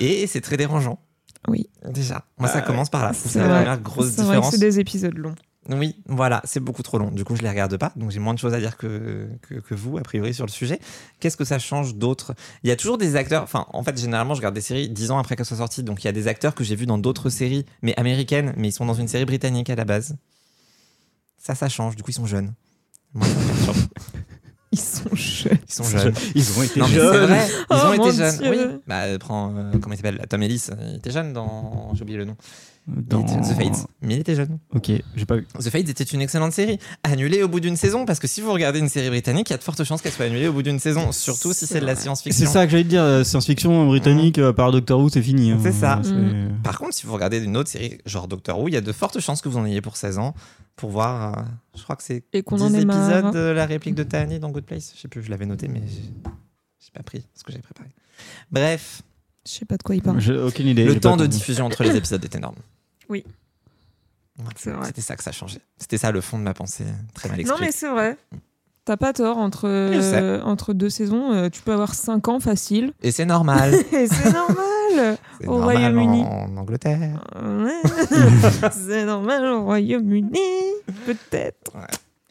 [SPEAKER 3] Et c'est très dérangeant.
[SPEAKER 2] Oui.
[SPEAKER 3] Déjà. Moi, ça
[SPEAKER 1] Ah,
[SPEAKER 3] commence par là. C'est
[SPEAKER 2] c'est
[SPEAKER 3] la
[SPEAKER 2] vrai.
[SPEAKER 3] première grosse
[SPEAKER 2] C'est vrai que
[SPEAKER 3] différence.
[SPEAKER 2] c'est des épisodes longs.
[SPEAKER 3] Oui, voilà, c'est beaucoup trop long. Du coup, je les regarde pas, donc j'ai moins de choses à dire que, que, que vous, a priori, sur le sujet. Qu'est-ce que ça change d'autre Il y a toujours des acteurs, enfin, en fait, généralement, je regarde des séries 10 ans après qu'elles soient sorties, donc il y a des acteurs que j'ai vus dans d'autres séries, mais américaines, mais ils sont dans une série britannique à la base. Ça, ça change, du coup, ils sont jeunes. Moi, ça me perturbe.
[SPEAKER 2] Ils sont jeunes.
[SPEAKER 3] ils sont jeunes.
[SPEAKER 1] Ils ont été
[SPEAKER 3] Non, mais c'est
[SPEAKER 1] jeunes.
[SPEAKER 3] vrai, ils
[SPEAKER 2] Oh,
[SPEAKER 3] ont
[SPEAKER 2] mon
[SPEAKER 3] été jeunes.
[SPEAKER 2] Dieu.
[SPEAKER 3] Oui. Bah, euh, prends, euh, comment il s'appelle Tom Ellis, euh, il était jeune dans. J'ai oublié le nom. Il
[SPEAKER 1] Dans
[SPEAKER 3] était- The Fates, mais il était jeune.
[SPEAKER 1] Ok, j'ai pas vu.
[SPEAKER 3] The Fade était une excellente série, annulée au bout d'une saison, parce que si vous regardez une série britannique, il y a de fortes chances qu'elle soit annulée au bout d'une saison, surtout si c'est de la
[SPEAKER 1] C'est
[SPEAKER 3] science-fiction.
[SPEAKER 1] ça que j'allais te dire, euh, science-fiction britannique, euh, par Doctor Who, c'est fini. hein.
[SPEAKER 3] Mm. C'est ça.
[SPEAKER 1] C'est-
[SPEAKER 3] Par contre, si vous regardez une autre série, genre Doctor Who, il y a de fortes chances que vous en ayez pour 16 ans, pour voir, euh, je crois que c'est
[SPEAKER 2] Et qu'on
[SPEAKER 3] 10
[SPEAKER 2] en est
[SPEAKER 3] épisodes
[SPEAKER 2] marre.
[SPEAKER 3] de la réplique de Tahani dans Good Place. Je sais plus, je l'avais noté, mais j'ai j'ai pas pris ce que j'avais préparé. Bref,
[SPEAKER 2] Je sais pas de quoi il parle.
[SPEAKER 1] J'ai aucune idée.
[SPEAKER 3] Mm. le
[SPEAKER 1] j'ai pas
[SPEAKER 3] temps de
[SPEAKER 1] compris.
[SPEAKER 3] diffusion entre les épisodes est énorme.
[SPEAKER 2] Oui.
[SPEAKER 3] Voilà.
[SPEAKER 2] C'est vrai.
[SPEAKER 3] C'était ça que ça changeait. C'était ça le fond de ma pensée, très mal
[SPEAKER 2] Non,
[SPEAKER 3] expliqué.
[SPEAKER 2] mais c'est vrai. T'as pas tort. Entre,
[SPEAKER 3] Je sais.
[SPEAKER 2] euh, entre deux saisons, euh, tu peux avoir 5 ans facile.
[SPEAKER 3] Et c'est normal.
[SPEAKER 2] Et c'est normal.
[SPEAKER 3] C'est
[SPEAKER 2] Au
[SPEAKER 3] normal
[SPEAKER 2] Royaume-Uni.
[SPEAKER 3] en- en Angleterre.
[SPEAKER 2] Ouais. c'est normal au Royaume-Uni. Peut-être.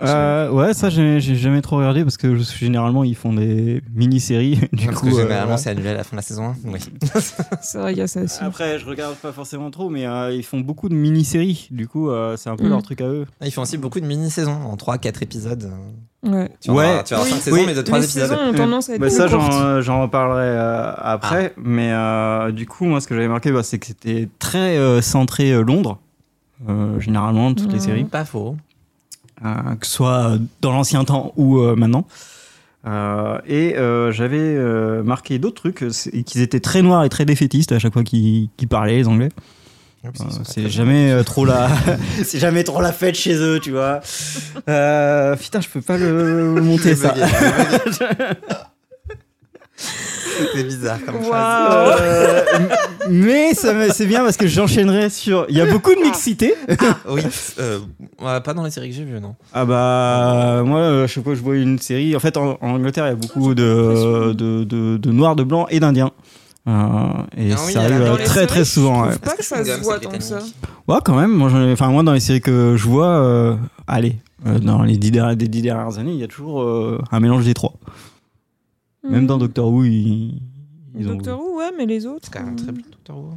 [SPEAKER 1] Euh, ouais, ça, j'ai j'ai jamais trop regardé parce que je- généralement, ils font des mini-séries. Du
[SPEAKER 3] parce
[SPEAKER 1] coup,
[SPEAKER 3] que
[SPEAKER 1] euh,
[SPEAKER 3] généralement,
[SPEAKER 1] voilà.
[SPEAKER 3] c'est annulé à la fin de la saison 1. Oui.
[SPEAKER 2] C'est vrai, il y a ça aussi.
[SPEAKER 1] Après, je regarde pas forcément trop, mais euh, ils font beaucoup de mini-séries. Du coup, euh, c'est un peu
[SPEAKER 2] Mm.
[SPEAKER 1] leur truc à eux.
[SPEAKER 3] Ah, Ils font aussi beaucoup de mini-saisons en 3, 4 épisodes.
[SPEAKER 2] Ouais.
[SPEAKER 3] Tu vas
[SPEAKER 1] Ouais.
[SPEAKER 3] avoir- tu vas avoir 5
[SPEAKER 2] Oui.
[SPEAKER 3] saisons,
[SPEAKER 1] Oui.
[SPEAKER 3] mais de 3
[SPEAKER 2] les
[SPEAKER 3] épisodes.
[SPEAKER 2] saisons ont tendance à être
[SPEAKER 1] Bah,
[SPEAKER 2] plus
[SPEAKER 1] ça, j'en
[SPEAKER 2] courtes.
[SPEAKER 1] euh, j'en reparlerai euh, après.
[SPEAKER 3] Ah.
[SPEAKER 1] Mais euh, du coup, moi, ce que j'avais marqué, bah, c'est que c'était très euh, centré euh, Londres. Euh, généralement, toutes les
[SPEAKER 2] Mhm.
[SPEAKER 1] séries.
[SPEAKER 3] Pas faux.
[SPEAKER 1] euh, que ce soit dans l'ancien temps ou euh, maintenant. Euh, et euh, j'avais euh, marqué d'autres trucs, c'est qu'ils étaient très noirs et très défaitistes à chaque fois qu'ils qu'ils parlaient les Anglais. Euh, c'est jamais euh, trop la, c'est jamais trop la fête chez eux, tu vois. Euh, putain, je peux pas le monter ça.
[SPEAKER 3] C'est bizarre comme phrase.
[SPEAKER 2] Waouh
[SPEAKER 1] Euh, mais ça me- c'est bien parce que j'enchaînerai sur. Il y a beaucoup de mixité.
[SPEAKER 3] Oui, euh, ouais, pas dans les séries que j'ai vues, non.
[SPEAKER 1] Ah bah moi euh, à chaque fois que je vois une série, en fait en, en Angleterre il y a beaucoup de, de, de, de noirs, de blancs et d'indiens. Euh, et
[SPEAKER 3] Ah
[SPEAKER 1] ça
[SPEAKER 3] oui, il y en a
[SPEAKER 1] arrive
[SPEAKER 3] dans
[SPEAKER 1] euh,
[SPEAKER 3] les
[SPEAKER 1] très
[SPEAKER 2] séries,
[SPEAKER 1] très souvent. Ouais.
[SPEAKER 2] trouve Pas que ça se
[SPEAKER 3] Kingdom,
[SPEAKER 2] voit
[SPEAKER 3] c'est
[SPEAKER 2] tant que
[SPEAKER 3] britannique.
[SPEAKER 1] Ouais, quand même, moi, j'en ai- enfin, moi dans les séries que je vois, euh, allez, euh, dans les dix dernières, des dix dernières années il y a toujours euh, un mélange des trois.
[SPEAKER 3] Mm.
[SPEAKER 1] Même dans Doctor Who ils, ils ont...
[SPEAKER 2] Hmm. Doctor Who, ouais, mais les autres.
[SPEAKER 3] C'est quand même
[SPEAKER 2] euh,
[SPEAKER 3] très bien, Doctor Who.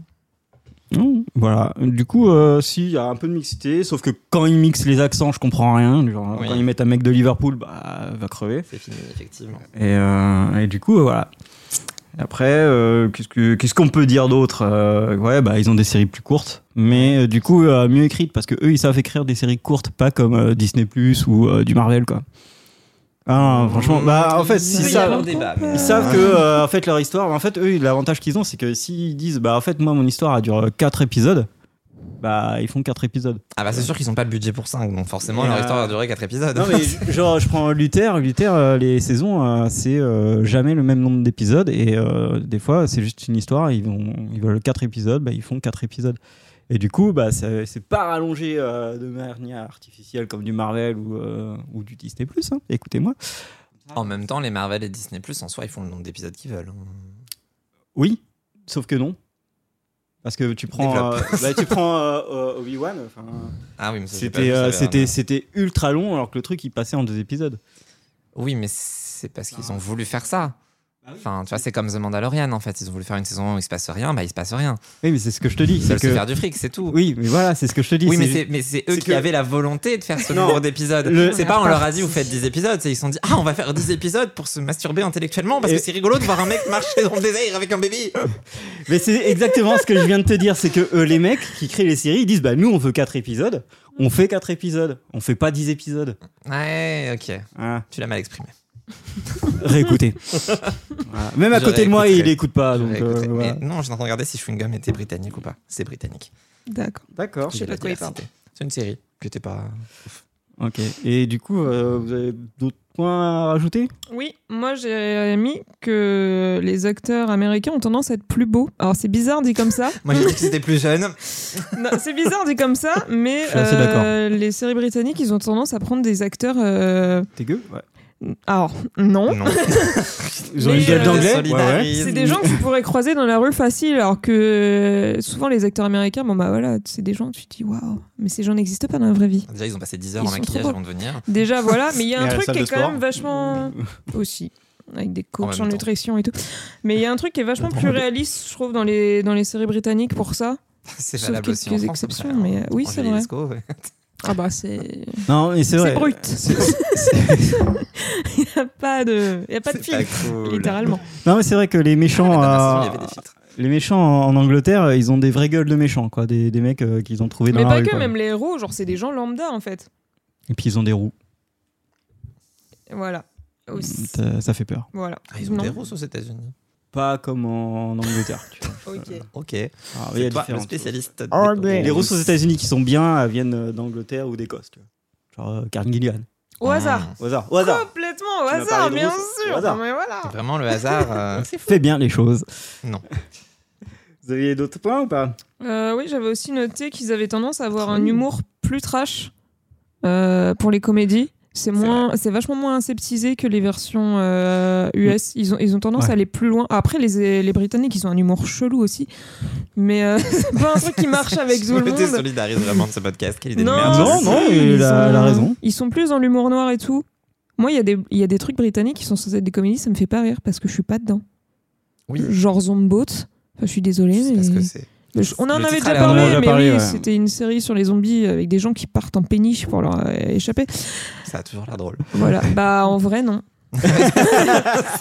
[SPEAKER 1] Non, Mm, Voilà, du coup, euh, si, il y a un peu de mixité, sauf que quand ils mixent les accents, je comprends rien. du genre,
[SPEAKER 3] Oui.
[SPEAKER 1] Quand ils mettent un mec de Liverpool, bah, va crever.
[SPEAKER 3] C'est fini, effectivement.
[SPEAKER 1] Et, euh, et du coup, euh, voilà. Après, euh, qu'est-ce que- qu'est-ce qu'on peut dire d'autre Euh, Ouais, bah, ils ont des séries plus courtes, mais euh, du coup, euh, mieux écrites, parce que eux, ils savent écrire des séries courtes, pas comme euh, Disney Plus ou euh, du Marvel, quoi. Ah, non, franchement, bah, en fait,
[SPEAKER 2] Il
[SPEAKER 1] si
[SPEAKER 2] peut y
[SPEAKER 1] ça.
[SPEAKER 2] avoir débat, mais-
[SPEAKER 1] Ils savent que euh, en fait leur histoire, en fait eux l'avantage qu'ils ont c'est que s'ils disent bah en fait moi mon histoire elle dure 4 épisodes, bah ils font 4 épisodes.
[SPEAKER 3] Ah bah c'est sûr qu'ils ont pas le budget pour 5, donc forcément
[SPEAKER 1] Et
[SPEAKER 3] leur
[SPEAKER 1] euh,
[SPEAKER 3] histoire va durer 4 épisodes.
[SPEAKER 1] Non mais j- genre je prends Luther, Luther euh, les saisons euh, c'est euh, jamais le même nombre d'épisodes et euh, des fois c'est juste une histoire, ils vont ils veulent 4 épisodes, bah ils font 4 épisodes. Et du coup bah ça- c'est pas rallongé euh, de manière artificielle comme du Marvel ou, euh, ou du Disney Plus écoutez-moi.
[SPEAKER 3] En même temps, les Marvel et Disney Plus en soi, ils font le nombre d'épisodes qu'ils veulent. hein.
[SPEAKER 1] Oui, sauf que non. Parce que tu prends,
[SPEAKER 3] Développe.
[SPEAKER 1] euh, bah, tu prends euh, euh, Obi-Wan, enfin,
[SPEAKER 3] Ah oui, mais ça, j'ai pas vu,
[SPEAKER 1] c'était
[SPEAKER 3] ça,
[SPEAKER 1] euh,
[SPEAKER 3] là,
[SPEAKER 1] c'était
[SPEAKER 3] mais-
[SPEAKER 1] c'était ultra long alors que le truc il passait en deux épisodes.
[SPEAKER 3] Oui, mais c'est parce qu'ils
[SPEAKER 1] Ah. Bah
[SPEAKER 3] ont voulu faire ça. Enfin, tu vois, c'est comme The Mandalorian en fait. Ils ont voulu faire une saison où il se passe rien, bah il se passe rien.
[SPEAKER 1] Oui, mais c'est ce que je te dis.
[SPEAKER 3] Ils veulent
[SPEAKER 1] c'est
[SPEAKER 3] se
[SPEAKER 1] que-
[SPEAKER 3] faire du fric, c'est tout.
[SPEAKER 1] Oui, mais voilà, c'est ce que je te dis.
[SPEAKER 3] Oui, mais
[SPEAKER 1] juste-
[SPEAKER 3] c'est, mais c'est eux
[SPEAKER 1] c'est
[SPEAKER 3] qui
[SPEAKER 1] que-
[SPEAKER 3] avaient la volonté de faire ce
[SPEAKER 1] Non.
[SPEAKER 3] nombre d'épisodes.
[SPEAKER 1] Le-
[SPEAKER 3] C'est pas on leur a dit vous faites 10 épisodes, c'est ils se sont dit ah on va faire 10 épisodes pour se masturber intellectuellement parce
[SPEAKER 1] Et-
[SPEAKER 3] que c'est rigolo de voir un mec marcher dans le désert avec un bébé.
[SPEAKER 1] mais c'est exactement ce que je viens de te dire. C'est que euh, les mecs qui créent les séries, ils disent bah nous on veut 4 épisodes, on fait 4 épisodes, on fait pas 10 épisodes.
[SPEAKER 3] Ouais, ok,
[SPEAKER 1] Voilà.
[SPEAKER 3] tu l'as mal exprimé.
[SPEAKER 1] Réécoutez. Voilà. Même à
[SPEAKER 3] Je
[SPEAKER 1] côté de moi, il
[SPEAKER 3] réécouterai.
[SPEAKER 1] écoute pas.
[SPEAKER 3] Je
[SPEAKER 1] donc,
[SPEAKER 3] vais
[SPEAKER 1] euh,
[SPEAKER 3] écouter.
[SPEAKER 1] voilà.
[SPEAKER 3] Mais non, je suis en train de regarder si Chewing Gum était britannique ou pas. C'est britannique.
[SPEAKER 2] D'accord.
[SPEAKER 1] D'accord.
[SPEAKER 2] Je sais
[SPEAKER 3] J'ai
[SPEAKER 2] pas de quoi il parle.
[SPEAKER 3] diversité. C'est une série qui était pas.
[SPEAKER 1] Ok. Et du coup, euh, vous avez d'autres points à rajouter
[SPEAKER 2] Oui, moi j'ai mis que les acteurs américains ont tendance à être plus beaux. Alors c'est bizarre dit comme ça.
[SPEAKER 3] Moi j'ai dit que c'était plus jeune.
[SPEAKER 2] Non, c'est bizarre dit comme ça, mais
[SPEAKER 1] Je suis assez
[SPEAKER 2] euh, les séries britanniques, ils ont tendance à prendre des acteurs. euh,
[SPEAKER 1] T'es gueux Ouais.
[SPEAKER 2] Alors non,
[SPEAKER 3] Non.
[SPEAKER 1] Ils ont
[SPEAKER 2] Mais,
[SPEAKER 1] une gueule
[SPEAKER 2] euh,
[SPEAKER 1] d'anglais.
[SPEAKER 3] solidarisme.
[SPEAKER 2] C'est des gens que tu pourrais croiser dans la rue facile, alors que euh, souvent les acteurs américains, bon bah voilà, c'est des gens, tu te dis waouh, mais ces gens n'existent pas dans la vraie vie.
[SPEAKER 3] Déjà, ils ont passé 10
[SPEAKER 2] Ils
[SPEAKER 3] heures en
[SPEAKER 2] sont
[SPEAKER 3] maquillage
[SPEAKER 2] trop
[SPEAKER 3] avant de venir.
[SPEAKER 2] Déjà voilà, mais il y
[SPEAKER 1] Et
[SPEAKER 2] a un
[SPEAKER 1] à la
[SPEAKER 2] truc
[SPEAKER 1] salle
[SPEAKER 2] qui
[SPEAKER 1] de
[SPEAKER 2] est quand
[SPEAKER 1] sport.
[SPEAKER 2] même vachement aussi avec des
[SPEAKER 3] En
[SPEAKER 2] coachs
[SPEAKER 3] même
[SPEAKER 2] en
[SPEAKER 3] temps.
[SPEAKER 2] nutrition et tout. Mais il y a un truc qui est vachement plus réaliste, je trouve, dans les dans les séries britanniques pour ça.
[SPEAKER 3] C'est
[SPEAKER 2] Sauf
[SPEAKER 3] valable
[SPEAKER 2] quelques
[SPEAKER 3] aussi en France,
[SPEAKER 2] exceptions,
[SPEAKER 3] après,
[SPEAKER 2] mais,
[SPEAKER 3] hein.
[SPEAKER 2] euh, oui, c'est
[SPEAKER 3] Angélie
[SPEAKER 2] vrai.
[SPEAKER 3] Lescaut, ouais.
[SPEAKER 2] Ah bah c'est
[SPEAKER 1] Non, mais c'est vrai.
[SPEAKER 2] c'est brut. Il y a pas de il y a pas de
[SPEAKER 3] C'est pas
[SPEAKER 2] filtre
[SPEAKER 3] cool.
[SPEAKER 2] littéralement.
[SPEAKER 1] Non, mais c'est vrai que les
[SPEAKER 2] Ah,
[SPEAKER 1] méchants,
[SPEAKER 3] Madame
[SPEAKER 1] euh,
[SPEAKER 3] Vincent, il y avait des filtres.
[SPEAKER 1] les méchants en en Angleterre, ils ont des vraies gueules de méchants, quoi, des, des mecs euh, qu'ils ont trouvés dans
[SPEAKER 2] Mais
[SPEAKER 1] la
[SPEAKER 2] pas
[SPEAKER 1] rue,
[SPEAKER 2] que,
[SPEAKER 1] quoi.
[SPEAKER 2] même les héros, genre c'est des gens lambda en fait.
[SPEAKER 1] Et puis ils ont des roues.
[SPEAKER 2] Voilà.
[SPEAKER 1] Mm,
[SPEAKER 2] Aussi.
[SPEAKER 1] Ça, ça fait peur.
[SPEAKER 2] Voilà.
[SPEAKER 3] Ah, ils ont
[SPEAKER 2] Non.
[SPEAKER 3] des roses aux États-Unis.
[SPEAKER 1] Pas comme en, en Angleterre. tu vois.
[SPEAKER 2] Ok.
[SPEAKER 3] Ok.
[SPEAKER 1] Ah, il y a
[SPEAKER 3] C'est toi, le
[SPEAKER 1] différentes
[SPEAKER 3] spécialiste. des
[SPEAKER 1] choses.
[SPEAKER 3] roses.
[SPEAKER 1] Les Russes aux États-Unis qui sont bien elles viennent euh, d'Angleterre ou d'Écosse, tu vois. Genre euh, Karen Gillian.
[SPEAKER 2] Au hasard.
[SPEAKER 1] Au hasard. Ah. Au hasard.
[SPEAKER 2] Complètement au
[SPEAKER 1] Tu m'as
[SPEAKER 2] hasard,
[SPEAKER 1] parlé de
[SPEAKER 2] bien
[SPEAKER 1] Rousseau, au
[SPEAKER 2] sûr.
[SPEAKER 1] hasard.
[SPEAKER 2] Mais voilà.
[SPEAKER 3] Ah, Vraiment le hasard. euh,
[SPEAKER 1] Fais bien les choses.
[SPEAKER 3] Non.
[SPEAKER 1] Vous aviez d'autres points ou pas
[SPEAKER 2] Euh, oui, j'avais aussi noté qu'ils avaient tendance à avoir un humour plus trash euh, pour les comédies. C'est moins, c'est vachement moins aseptisé que les versions euh, US. Ils ont, ils ont tendance
[SPEAKER 1] Ouais.
[SPEAKER 2] à aller plus loin. Après, les, les Britanniques, ils ont un humour chelou aussi, mais euh, c'est pas un truc qui marche avec tout le
[SPEAKER 3] Je te
[SPEAKER 2] monde.
[SPEAKER 3] solidarise vraiment de ce podcast. Quelle idée de
[SPEAKER 2] Non,
[SPEAKER 3] merde.
[SPEAKER 1] Non,
[SPEAKER 2] si,
[SPEAKER 1] non,
[SPEAKER 2] ils
[SPEAKER 1] il a-
[SPEAKER 2] sont-
[SPEAKER 1] il a raison.
[SPEAKER 2] Ils sont plus dans l'humour noir et tout. Moi, il y, a des- il y a des trucs britanniques qui sont censés être des comédies, ça me fait pas rire parce que je suis pas dedans.
[SPEAKER 3] Oui.
[SPEAKER 2] Genre Zombot. Enfin, je suis
[SPEAKER 3] Je
[SPEAKER 2] désolée.
[SPEAKER 3] sais pas ce
[SPEAKER 2] mais-
[SPEAKER 3] que c'est.
[SPEAKER 2] mais je- On en
[SPEAKER 3] Le
[SPEAKER 2] avait
[SPEAKER 3] titre
[SPEAKER 2] déjà
[SPEAKER 3] a l'air
[SPEAKER 2] parlé,
[SPEAKER 1] drôle. On en a
[SPEAKER 2] mais
[SPEAKER 1] parlé,
[SPEAKER 2] oui,
[SPEAKER 1] ouais.
[SPEAKER 2] c'était une série sur les zombies avec des gens qui partent en péniche pour leur euh, échapper.
[SPEAKER 3] Ça a toujours l'air drôle.
[SPEAKER 2] Voilà. bah, en vrai, non.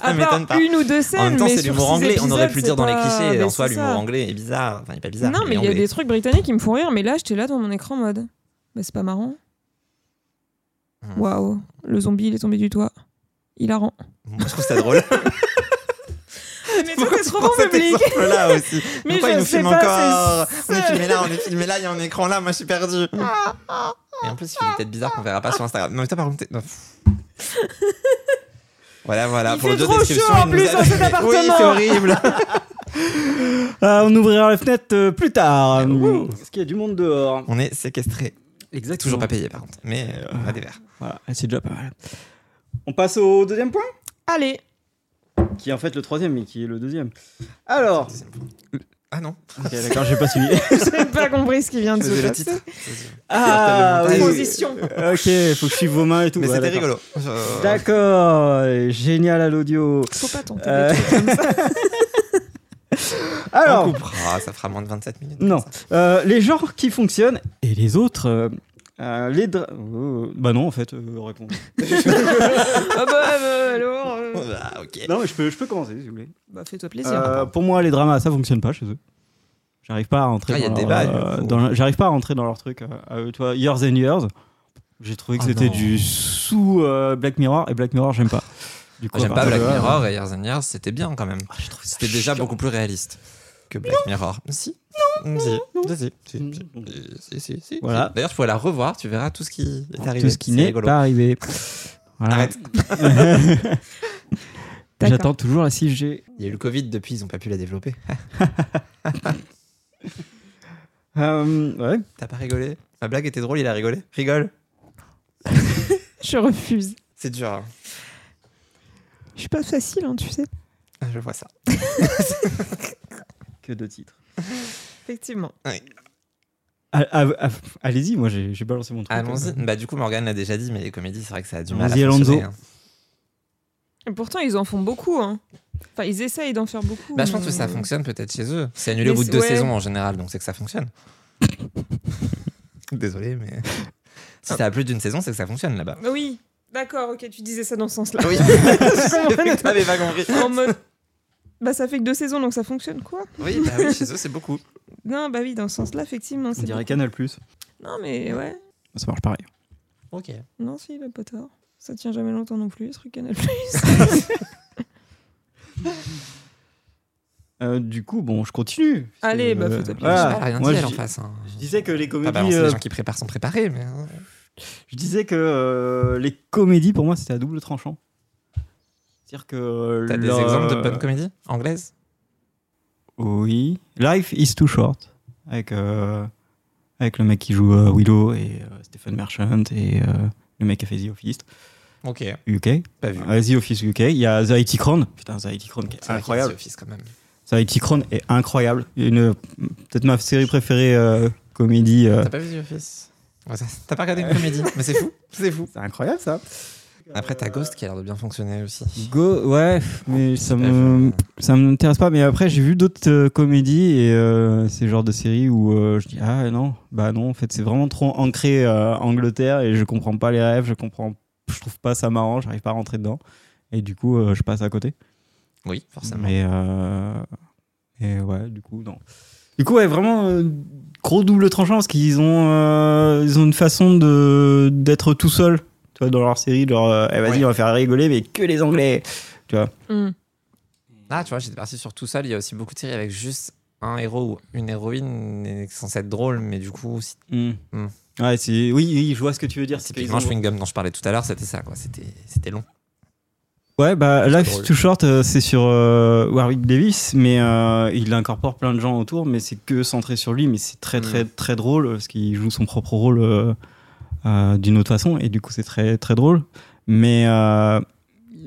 [SPEAKER 2] à part
[SPEAKER 3] m'étonne pas.
[SPEAKER 2] une ou deux scènes.
[SPEAKER 3] En même temps,
[SPEAKER 2] mais
[SPEAKER 3] c'est
[SPEAKER 2] sur
[SPEAKER 3] l'humour
[SPEAKER 2] six
[SPEAKER 3] anglais. On aurait pu
[SPEAKER 2] épisodes,
[SPEAKER 3] le dire dans les
[SPEAKER 2] c'est pas-
[SPEAKER 3] clichés.
[SPEAKER 2] mais
[SPEAKER 3] En soi,
[SPEAKER 2] c'est
[SPEAKER 3] l'humour
[SPEAKER 2] ça.
[SPEAKER 3] anglais est bizarre. Enfin, il est pas bizarre.
[SPEAKER 2] Non, mais il y a
[SPEAKER 3] anglais.
[SPEAKER 2] des trucs britanniques qui me font rire, mais là, j'étais là dans mon écran en mode. Bah, c'est pas marrant.
[SPEAKER 3] Mhm.
[SPEAKER 2] Waouh, le zombie, il est tombé du toit. Il a rend.
[SPEAKER 3] Moi, je trouve ça drôle.
[SPEAKER 2] Mais toi, t'es trop bon
[SPEAKER 3] cet
[SPEAKER 2] public.
[SPEAKER 3] exemple-là aussi.
[SPEAKER 2] Mais
[SPEAKER 3] Pourquoi
[SPEAKER 2] je
[SPEAKER 3] ils nous
[SPEAKER 2] sais
[SPEAKER 3] filment
[SPEAKER 2] pas,
[SPEAKER 3] encore
[SPEAKER 2] c'est
[SPEAKER 3] On est
[SPEAKER 2] ça.
[SPEAKER 3] filmé là, on est filmé là, il y a un écran là, moi je suis perdu. Et en plus, il fait des têtes bizarres qu'on verra pas sur Instagram. Non, mais toi par contre, t'es- non. Voilà, voilà.
[SPEAKER 2] Il
[SPEAKER 3] pour
[SPEAKER 2] fait
[SPEAKER 3] le
[SPEAKER 2] trop
[SPEAKER 3] description,
[SPEAKER 2] chaud en
[SPEAKER 3] il
[SPEAKER 2] plus
[SPEAKER 3] nous a-
[SPEAKER 2] dans cet
[SPEAKER 3] Oui, c'est
[SPEAKER 2] appartement.
[SPEAKER 3] horrible.
[SPEAKER 1] Ah, on ouvrira la fenêtre euh, plus tard.
[SPEAKER 3] Ouh.
[SPEAKER 1] Parce qu'il y a du monde dehors.
[SPEAKER 3] On est séquestrés.
[SPEAKER 1] Exactement.
[SPEAKER 3] Toujours pas payé par contre, mais euh, on a des verres.
[SPEAKER 1] Voilà, c'est déjà pas mal. On passe au deuxième point
[SPEAKER 2] Allez,
[SPEAKER 1] Qui est en fait le troisième, mais qui est le deuxième. Alors.
[SPEAKER 3] Deuxième point. Ah non,
[SPEAKER 1] Ok, d'accord, j'ai pas suivi.
[SPEAKER 2] j'ai pas compris ce qui vient
[SPEAKER 3] je
[SPEAKER 2] de se
[SPEAKER 3] faisais le
[SPEAKER 2] passer.
[SPEAKER 3] titre.
[SPEAKER 1] ah,
[SPEAKER 3] oui.
[SPEAKER 2] Transition.
[SPEAKER 1] Ok, faut que je suive vos mains et tout.
[SPEAKER 3] Mais
[SPEAKER 1] ouais,
[SPEAKER 3] c'était
[SPEAKER 1] d'accord.
[SPEAKER 3] rigolo. Euh, Je-
[SPEAKER 1] D'accord, génial à l'audio.
[SPEAKER 2] Faut pas tenter.
[SPEAKER 1] Euh,
[SPEAKER 2] des trucs comme ça.
[SPEAKER 1] Alors,
[SPEAKER 3] On coupera, ça fera moins de 27 minutes.
[SPEAKER 1] Non.
[SPEAKER 3] Ça.
[SPEAKER 1] euh, les genres qui fonctionnent et les autres. euh, euh, les dra- euh, bah non, en fait, euh, réponds.
[SPEAKER 2] Ah bah, bah, alors. euh,
[SPEAKER 3] Ah, ok.
[SPEAKER 1] non, mais je peux, je peux commencer si vous voulez.
[SPEAKER 2] Bah, fais-toi plaisir.
[SPEAKER 1] Euh, pour moi, les dramas, ça fonctionne pas chez eux. J'arrive pas à rentrer.
[SPEAKER 3] Ah, il y a
[SPEAKER 1] dans
[SPEAKER 3] des
[SPEAKER 1] leur,
[SPEAKER 3] bails,
[SPEAKER 1] euh,
[SPEAKER 3] faut-
[SPEAKER 1] dans leur- J'arrive pas à rentrer dans leur truc. euh, à eux, toi, Years and Years. J'ai trouvé que
[SPEAKER 3] Ah
[SPEAKER 1] c'était
[SPEAKER 3] non.
[SPEAKER 1] du sous euh, Black Mirror et Black Mirror, j'aime pas. Du
[SPEAKER 3] Ah, J'aime
[SPEAKER 1] à
[SPEAKER 3] pas
[SPEAKER 1] partir
[SPEAKER 3] Black
[SPEAKER 1] de là,
[SPEAKER 3] Mirror et Years and Years, c'était bien quand même.
[SPEAKER 1] ah, j'ai trouvé ça
[SPEAKER 3] C'était déjà
[SPEAKER 1] chiant.
[SPEAKER 3] beaucoup plus réaliste que Black Mirror. Si. Non, si. Si, si,
[SPEAKER 1] non.
[SPEAKER 3] si, si, si, si.
[SPEAKER 1] Voilà.
[SPEAKER 3] D'ailleurs, tu pourrais la revoir, tu verras tout ce qui est arrivé.
[SPEAKER 1] Tout ce qui
[SPEAKER 3] C'est
[SPEAKER 1] n'est
[SPEAKER 3] rigolo.
[SPEAKER 1] pas arrivé. Voilà.
[SPEAKER 3] Arrête.
[SPEAKER 2] D'accord.
[SPEAKER 1] J'attends toujours la 6G.
[SPEAKER 3] Il y a eu le Covid depuis, ils n'ont pas pu la développer.
[SPEAKER 1] Euh, ouais.
[SPEAKER 3] T'as pas rigolé Ma blague était drôle, il a rigolé. Rigole.
[SPEAKER 2] Je refuse.
[SPEAKER 3] C'est dur. hein.
[SPEAKER 2] Je suis pas facile, hein, tu sais.
[SPEAKER 3] Ah, Je vois ça.
[SPEAKER 1] Que de titres.
[SPEAKER 2] Effectivement.
[SPEAKER 1] Ah, ah, ah, Allez-y, moi j'ai j'ai balancé mon truc.
[SPEAKER 3] Allons-y. Bah, du coup, Morgane l'a déjà dit, mais les comédies, c'est vrai que ça a du mal à
[SPEAKER 1] Allons-y,
[SPEAKER 3] fonctionner.
[SPEAKER 1] Alonso.
[SPEAKER 3] hein.
[SPEAKER 2] Et pourtant, ils en font beaucoup. Hein. Enfin, ils essayent d'en faire beaucoup.
[SPEAKER 3] Bah, je pense
[SPEAKER 2] mais-
[SPEAKER 3] que ça fonctionne peut-être chez eux. C'est annulé au
[SPEAKER 2] Mais
[SPEAKER 3] bout de
[SPEAKER 2] c'est-
[SPEAKER 3] deux
[SPEAKER 2] ouais.
[SPEAKER 3] saisons en général, donc c'est que ça fonctionne. Désolé, mais. Si ça a plus d'une saison, c'est que ça fonctionne là-bas.
[SPEAKER 2] Euh, Oui, d'accord, ok, tu disais ça dans ce sens-là.
[SPEAKER 3] Oui.
[SPEAKER 2] compris.
[SPEAKER 3] T'avais pas compris.
[SPEAKER 2] En mode. Bah, ça fait que deux saisons, donc ça fonctionne quoi
[SPEAKER 3] Oui, bah oui, chez eux, c'est beaucoup.
[SPEAKER 2] Non, bah oui, dans ce sens-là, effectivement.
[SPEAKER 1] On
[SPEAKER 2] c'est
[SPEAKER 1] dirait
[SPEAKER 2] beaucoup.
[SPEAKER 1] Canal Plus.
[SPEAKER 2] Non, mais ouais.
[SPEAKER 1] Ça marche pareil.
[SPEAKER 3] Ok.
[SPEAKER 2] Non, si, il a pas tort. Ça tient jamais longtemps non plus, ce truc Canal+.
[SPEAKER 1] Euh, du coup, bon, je continue. Parce que,
[SPEAKER 2] Allez, bah,
[SPEAKER 1] euh,
[SPEAKER 2] fais-toi plaisir.
[SPEAKER 1] voilà.
[SPEAKER 3] J'ai rien
[SPEAKER 1] Moi,
[SPEAKER 3] dit,
[SPEAKER 1] je,
[SPEAKER 3] elle en face. hein.
[SPEAKER 1] je disais que les
[SPEAKER 3] Pas
[SPEAKER 1] comédies,
[SPEAKER 3] balancer les
[SPEAKER 1] euh,
[SPEAKER 3] gens qui préparent sont préparés, mais. hein.
[SPEAKER 1] je disais que euh, les comédies pour moi c'était à double tranchant. C'est-à-dire que euh,
[SPEAKER 3] T'as des
[SPEAKER 1] leur-
[SPEAKER 3] exemples de bonnes comédies anglaises
[SPEAKER 1] Oui, Life is too short avec euh, avec le mec qui joue euh, Willow et euh, Stephen Merchant et euh, le mec qui a fait The Office
[SPEAKER 3] Ok,
[SPEAKER 1] UK.
[SPEAKER 3] pas vu.
[SPEAKER 1] Euh, The Office UK, il y a The IT Crown. Putain, The IT Crown qui est
[SPEAKER 3] C'est
[SPEAKER 1] incroyable.
[SPEAKER 3] Office quand même.
[SPEAKER 1] The IT Crown est incroyable. Une peut-être ma série préférée euh, comédie. euh,
[SPEAKER 3] T'as pas vu The Office Ouais, ça- T'as pas regardé une comédie Mais c'est fou, c'est fou.
[SPEAKER 1] C'est incroyable ça.
[SPEAKER 3] Après, t'as Ghost qui a l'air de bien fonctionner aussi. euh,
[SPEAKER 1] Go, ouais, mais ça me,
[SPEAKER 3] Bref,
[SPEAKER 1] ça m'intéresse pas. Mais après, j'ai vu d'autres euh, comédies et euh, c'est le genre de série où euh, je dis ah non, bah non, en fait, c'est vraiment trop ancré euh, Angleterre et je comprends pas les rêves, je comprends, je trouve pas ça marrant, j'arrive pas à rentrer dedans et du coup, euh, je passe à côté.
[SPEAKER 3] euh, Oui, forcément.
[SPEAKER 1] Mais euh, et ouais, du coup non. Du coup, ouais, vraiment euh, gros double tranchant parce qu'ils ont, euh, ils ont une façon de d'être tout seuls, tu vois, dans leur série, genre euh, Eh, vas-y,
[SPEAKER 3] Ouais.
[SPEAKER 1] on va faire rigoler, mais que les Anglais.
[SPEAKER 2] Hmm.
[SPEAKER 3] Ah, tu vois, j'étais parti sur tout seul. Il y a aussi beaucoup de séries avec juste un héros ou une héroïne et c'est censé être drôle, mais du coup, si Mm.
[SPEAKER 1] Ouais, Ah, c'est oui, oui, je vois ce que tu veux dire. c'est qu'ils
[SPEAKER 3] typiquement,
[SPEAKER 1] ont-
[SPEAKER 3] Chewing-Gum dont je parlais tout à l'heure, c'était ça, quoi. C'était c'était long.
[SPEAKER 1] Ouais, bah Life is
[SPEAKER 3] drôle.
[SPEAKER 1] Too Short, euh, c'est sur euh, Warwick Davis, mais euh, il incorpore plein de gens autour, mais c'est que centré sur lui, mais c'est très
[SPEAKER 3] Hmm.
[SPEAKER 1] très très drôle parce qu'il joue son propre rôle euh, euh, d'une autre façon et du coup c'est très très drôle. Mais euh,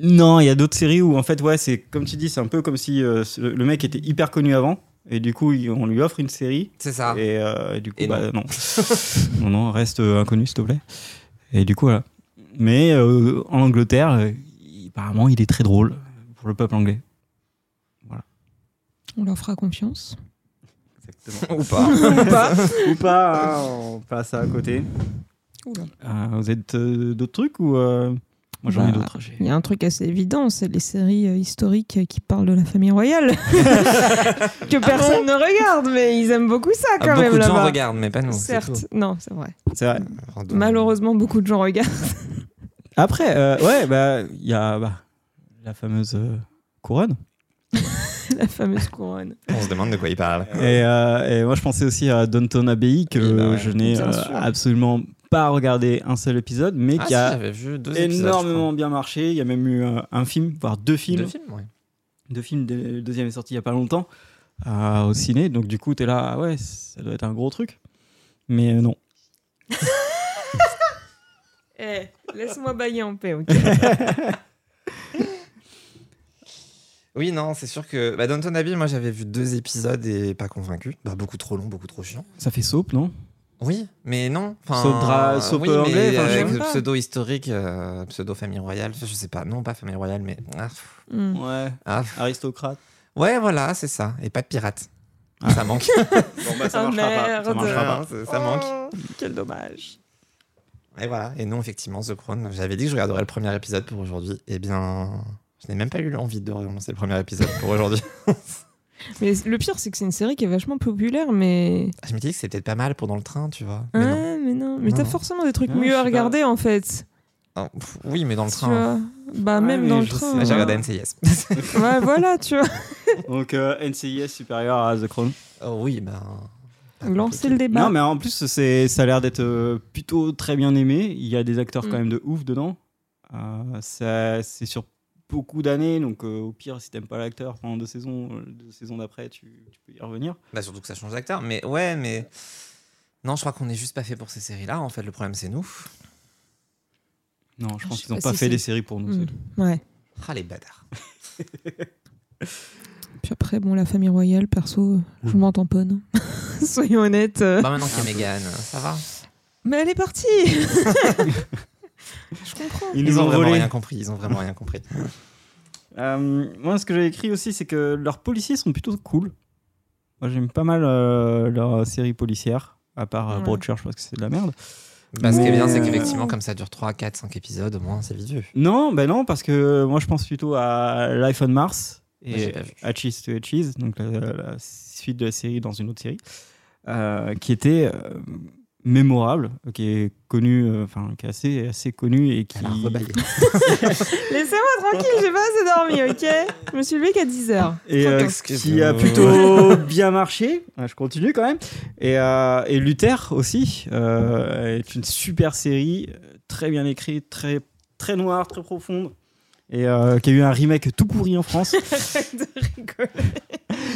[SPEAKER 1] non, il y a d'autres séries où en fait ouais, c'est comme tu dis, c'est un peu comme si euh, ce- le mec était hyper connu avant et du coup il- on lui offre une série
[SPEAKER 3] C'est ça.
[SPEAKER 1] et, euh, et du coup,
[SPEAKER 3] Ah. Et
[SPEAKER 1] bah, non. non, non, reste euh, inconnu, s'il te plaît. Et du coup, voilà. Mais euh, en Angleterre, euh, il- apparemment, il est très drôle pour le peuple anglais.
[SPEAKER 2] On leur fera confiance.
[SPEAKER 3] Ou pas.
[SPEAKER 2] Ou pas.
[SPEAKER 1] ou pas, hein, on passe à côté.
[SPEAKER 2] Oula.
[SPEAKER 1] Euh, vous êtes euh, d'autres trucs ou. euh, Moi, j'en ai
[SPEAKER 2] Bah,
[SPEAKER 1] d'autres. j'ai-
[SPEAKER 2] Il y a un truc assez évident, c'est les séries euh, historiques euh, qui parlent de la famille royale. que personne ne regarde, mais ils aiment beaucoup ça quand
[SPEAKER 3] Ah,
[SPEAKER 2] même
[SPEAKER 3] beaucoup de gens
[SPEAKER 2] là-bas.
[SPEAKER 3] regardent, mais pas nous. c'est
[SPEAKER 2] Certes, non, c'est vrai.
[SPEAKER 1] C'est vrai.
[SPEAKER 3] tout. Pardon.
[SPEAKER 2] Malheureusement, beaucoup de gens regardent.
[SPEAKER 1] Après, euh, ouais, bah, il y a bah, la fameuse euh, couronne.
[SPEAKER 2] la fameuse couronne.
[SPEAKER 3] On se demande de quoi il parle.
[SPEAKER 1] Et, euh, et moi, je pensais aussi à Downton Abbey, que
[SPEAKER 3] Oui, bah ouais,
[SPEAKER 1] je n'ai
[SPEAKER 3] bien
[SPEAKER 1] euh,
[SPEAKER 3] sûr.
[SPEAKER 1] absolument pas regardé un seul épisode, mais
[SPEAKER 3] Ah,
[SPEAKER 1] qui
[SPEAKER 3] si,
[SPEAKER 1] a
[SPEAKER 3] j'avais vu deux épisodes, je crois.
[SPEAKER 1] énormément bien marché. Il y a même eu euh, un film, voire deux films.
[SPEAKER 3] Deux films, ouais.
[SPEAKER 1] Deux films, des- le deuxième est sorti il y a pas longtemps euh, au ciné. Donc, du coup, tu es là, ah ouais, ça doit être un gros truc. Mais euh, non.
[SPEAKER 2] Eh, laisse-moi bailler en paix, ok
[SPEAKER 3] Oui, non, c'est sûr que. Bah, Downton Abbey, moi j'avais vu deux épisodes et pas convaincu. Bah, beaucoup trop long, beaucoup trop chiant.
[SPEAKER 1] Ça fait soap, non
[SPEAKER 3] Oui, mais non. Enfin,
[SPEAKER 1] Soap dra- soap
[SPEAKER 3] oui, mais
[SPEAKER 1] anglais, enfin,
[SPEAKER 2] je
[SPEAKER 3] avec
[SPEAKER 2] sais
[SPEAKER 3] le
[SPEAKER 2] pas.
[SPEAKER 3] pseudo historique, euh, pseudo famille royale. Je sais pas, non, pas famille royale, mais. Ah, pff,
[SPEAKER 2] Hmm.
[SPEAKER 1] Ouais.
[SPEAKER 3] ah, pff.
[SPEAKER 1] Aristocrate.
[SPEAKER 3] Ouais, voilà, c'est ça. Et pas de pirate.
[SPEAKER 1] Ah.
[SPEAKER 3] Ça manque.
[SPEAKER 1] Bon, bah,
[SPEAKER 2] ça Ah, marchera pas, ça merde. marchera
[SPEAKER 3] Ah, ça- ça manque.
[SPEAKER 2] Oh, Quel dommage.
[SPEAKER 3] Et voilà. Et non, effectivement, The Crown. J'avais dit que je regarderais le premier épisode pour aujourd'hui. Eh bien, je n'ai même pas eu l'envie de recommencer le premier épisode pour aujourd'hui.
[SPEAKER 2] Mais le pire, c'est que c'est une série qui est vachement populaire, mais.
[SPEAKER 3] je me dis que c'est peut-être pas mal pour dans le train, tu vois. Mais non.
[SPEAKER 2] Ah, mais non. Mais
[SPEAKER 3] Non,
[SPEAKER 2] t'as
[SPEAKER 3] non.
[SPEAKER 2] forcément des trucs
[SPEAKER 1] Non, je
[SPEAKER 2] mieux
[SPEAKER 1] sais
[SPEAKER 2] à
[SPEAKER 1] pas.
[SPEAKER 2] regarder, en fait.
[SPEAKER 3] Ah, pff, oui, mais dans le
[SPEAKER 2] Tu
[SPEAKER 3] train.
[SPEAKER 2] vois. Bah,
[SPEAKER 1] Ouais,
[SPEAKER 2] même
[SPEAKER 1] mais
[SPEAKER 2] dans le
[SPEAKER 1] je
[SPEAKER 2] train.
[SPEAKER 1] sais.
[SPEAKER 3] Ah, J'ai
[SPEAKER 2] hein.
[SPEAKER 3] regardé NCIS.
[SPEAKER 2] Ouais, voilà, tu vois.
[SPEAKER 1] Donc, euh, NCIS supérieur à The Crown.
[SPEAKER 3] Oh oui, ben. pas
[SPEAKER 2] Lancer
[SPEAKER 3] compliqué.
[SPEAKER 2] le débat.
[SPEAKER 1] Non, mais en plus, c'est, ça a l'air d'être euh, plutôt très bien aimé. Il y a des acteurs
[SPEAKER 2] Mm.
[SPEAKER 1] quand même de ouf dedans. Euh, ça- c'est sur beaucoup d'années, donc euh, au pire, si t'aimes pas l'acteur pendant deux saisons, euh, deux saisons d'après, tu, tu peux y revenir.
[SPEAKER 3] Bah, surtout que ça change d'acteur. Mais ouais, mais. Non, je crois qu'on n'est juste pas fait pour ces séries-là. En fait, le problème, c'est nous.
[SPEAKER 1] Non, je pense
[SPEAKER 2] Ah, sais
[SPEAKER 1] qu'ils ont
[SPEAKER 2] pas
[SPEAKER 1] pas
[SPEAKER 2] si
[SPEAKER 1] fait
[SPEAKER 2] c'est-
[SPEAKER 1] des séries pour nous.
[SPEAKER 2] Hmm.
[SPEAKER 1] c'est tout.
[SPEAKER 2] Ouais.
[SPEAKER 3] Ah, les bâtards.
[SPEAKER 2] Puis après, bon, la famille royale, perso, euh, je m'en tamponne. Soyons honnêtes. euh.
[SPEAKER 3] Bah, maintenant qu'il y a Mégane, ça va.
[SPEAKER 2] Mais elle est partie Je comprends.
[SPEAKER 1] Ils
[SPEAKER 3] Ils,
[SPEAKER 1] nous
[SPEAKER 3] ont
[SPEAKER 1] ont
[SPEAKER 3] vraiment
[SPEAKER 1] volé.
[SPEAKER 3] rien compris. Ils ont vraiment rien compris.
[SPEAKER 1] Euh, moi, ce que j'ai écrit aussi, c'est que leurs policiers sont plutôt cool. Moi, j'aime pas mal euh, leurs séries policières, à part euh,
[SPEAKER 2] Ouais.
[SPEAKER 1] Broadchurch, parce que c'est de la merde.
[SPEAKER 3] Bah, ce qui est bien,
[SPEAKER 1] Mais-
[SPEAKER 3] c'est
[SPEAKER 1] euh,
[SPEAKER 3] qu'effectivement, comme ça dure 3, 4, 5 épisodes, au moins, c'est vidu.
[SPEAKER 1] Non, ben non, parce que moi je pense plutôt à Life on Mars
[SPEAKER 3] Moi, j'ai
[SPEAKER 1] et
[SPEAKER 3] pas vu.
[SPEAKER 1] à Cheese to Cheese, donc la, la suite de la série dans une autre série, euh, qui était euh, mémorable, qui est connue, euh, enfin qui est assez, assez connue et qui.
[SPEAKER 3] Elle a reballé.
[SPEAKER 2] Laissez-moi tranquille, j'ai pas assez dormi, ok Je me suis levée qu'à 10h.
[SPEAKER 1] et euh, qui a
[SPEAKER 3] Excuse-moi.
[SPEAKER 1] plutôt bien marché. Ouais, Je continue quand même. Et, euh, et Luther aussi euh, est une super série, euh, très bien écrite, très, très noire, très profonde. Et euh, qui a eu un remake tout pourri en France.
[SPEAKER 2] de rigoler.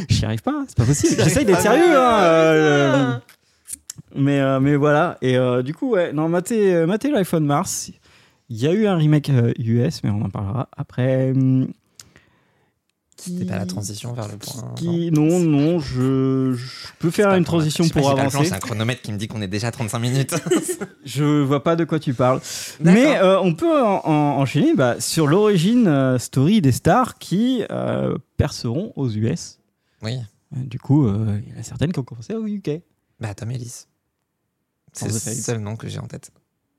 [SPEAKER 1] J'y arrive pas, c'est pas possible.
[SPEAKER 3] J'y
[SPEAKER 1] J'essaye
[SPEAKER 3] arrive
[SPEAKER 1] d'être
[SPEAKER 3] pas.
[SPEAKER 1] sérieux.
[SPEAKER 2] Ah,
[SPEAKER 1] hein, euh, le- mais, euh, mais voilà. Et euh, du coup, ouais, non, maté, euh, maté l'iPhone Mars. Il y a eu un remake euh, US, mais on en parlera après. hum, Qui...
[SPEAKER 3] C'était pas la transition vers le point.
[SPEAKER 1] Qui... Non, non, je, je peux faire une transition pour avancer.
[SPEAKER 3] C'est un chronomètre qui me dit qu'on est déjà à 35 minutes.
[SPEAKER 1] Je vois pas de quoi tu parles. Mais euh, on peut en- en- enchaîner bah, sur l'origine euh, story des stars qui euh, perceront aux US.
[SPEAKER 3] Oui.
[SPEAKER 1] Euh, Du coup, euh, il y en a certaines qui ont commencé au UK.
[SPEAKER 3] Bah, Tom Ellis. C'est
[SPEAKER 1] Dans
[SPEAKER 3] le
[SPEAKER 1] The Fades.
[SPEAKER 3] seul nom que j'ai en tête.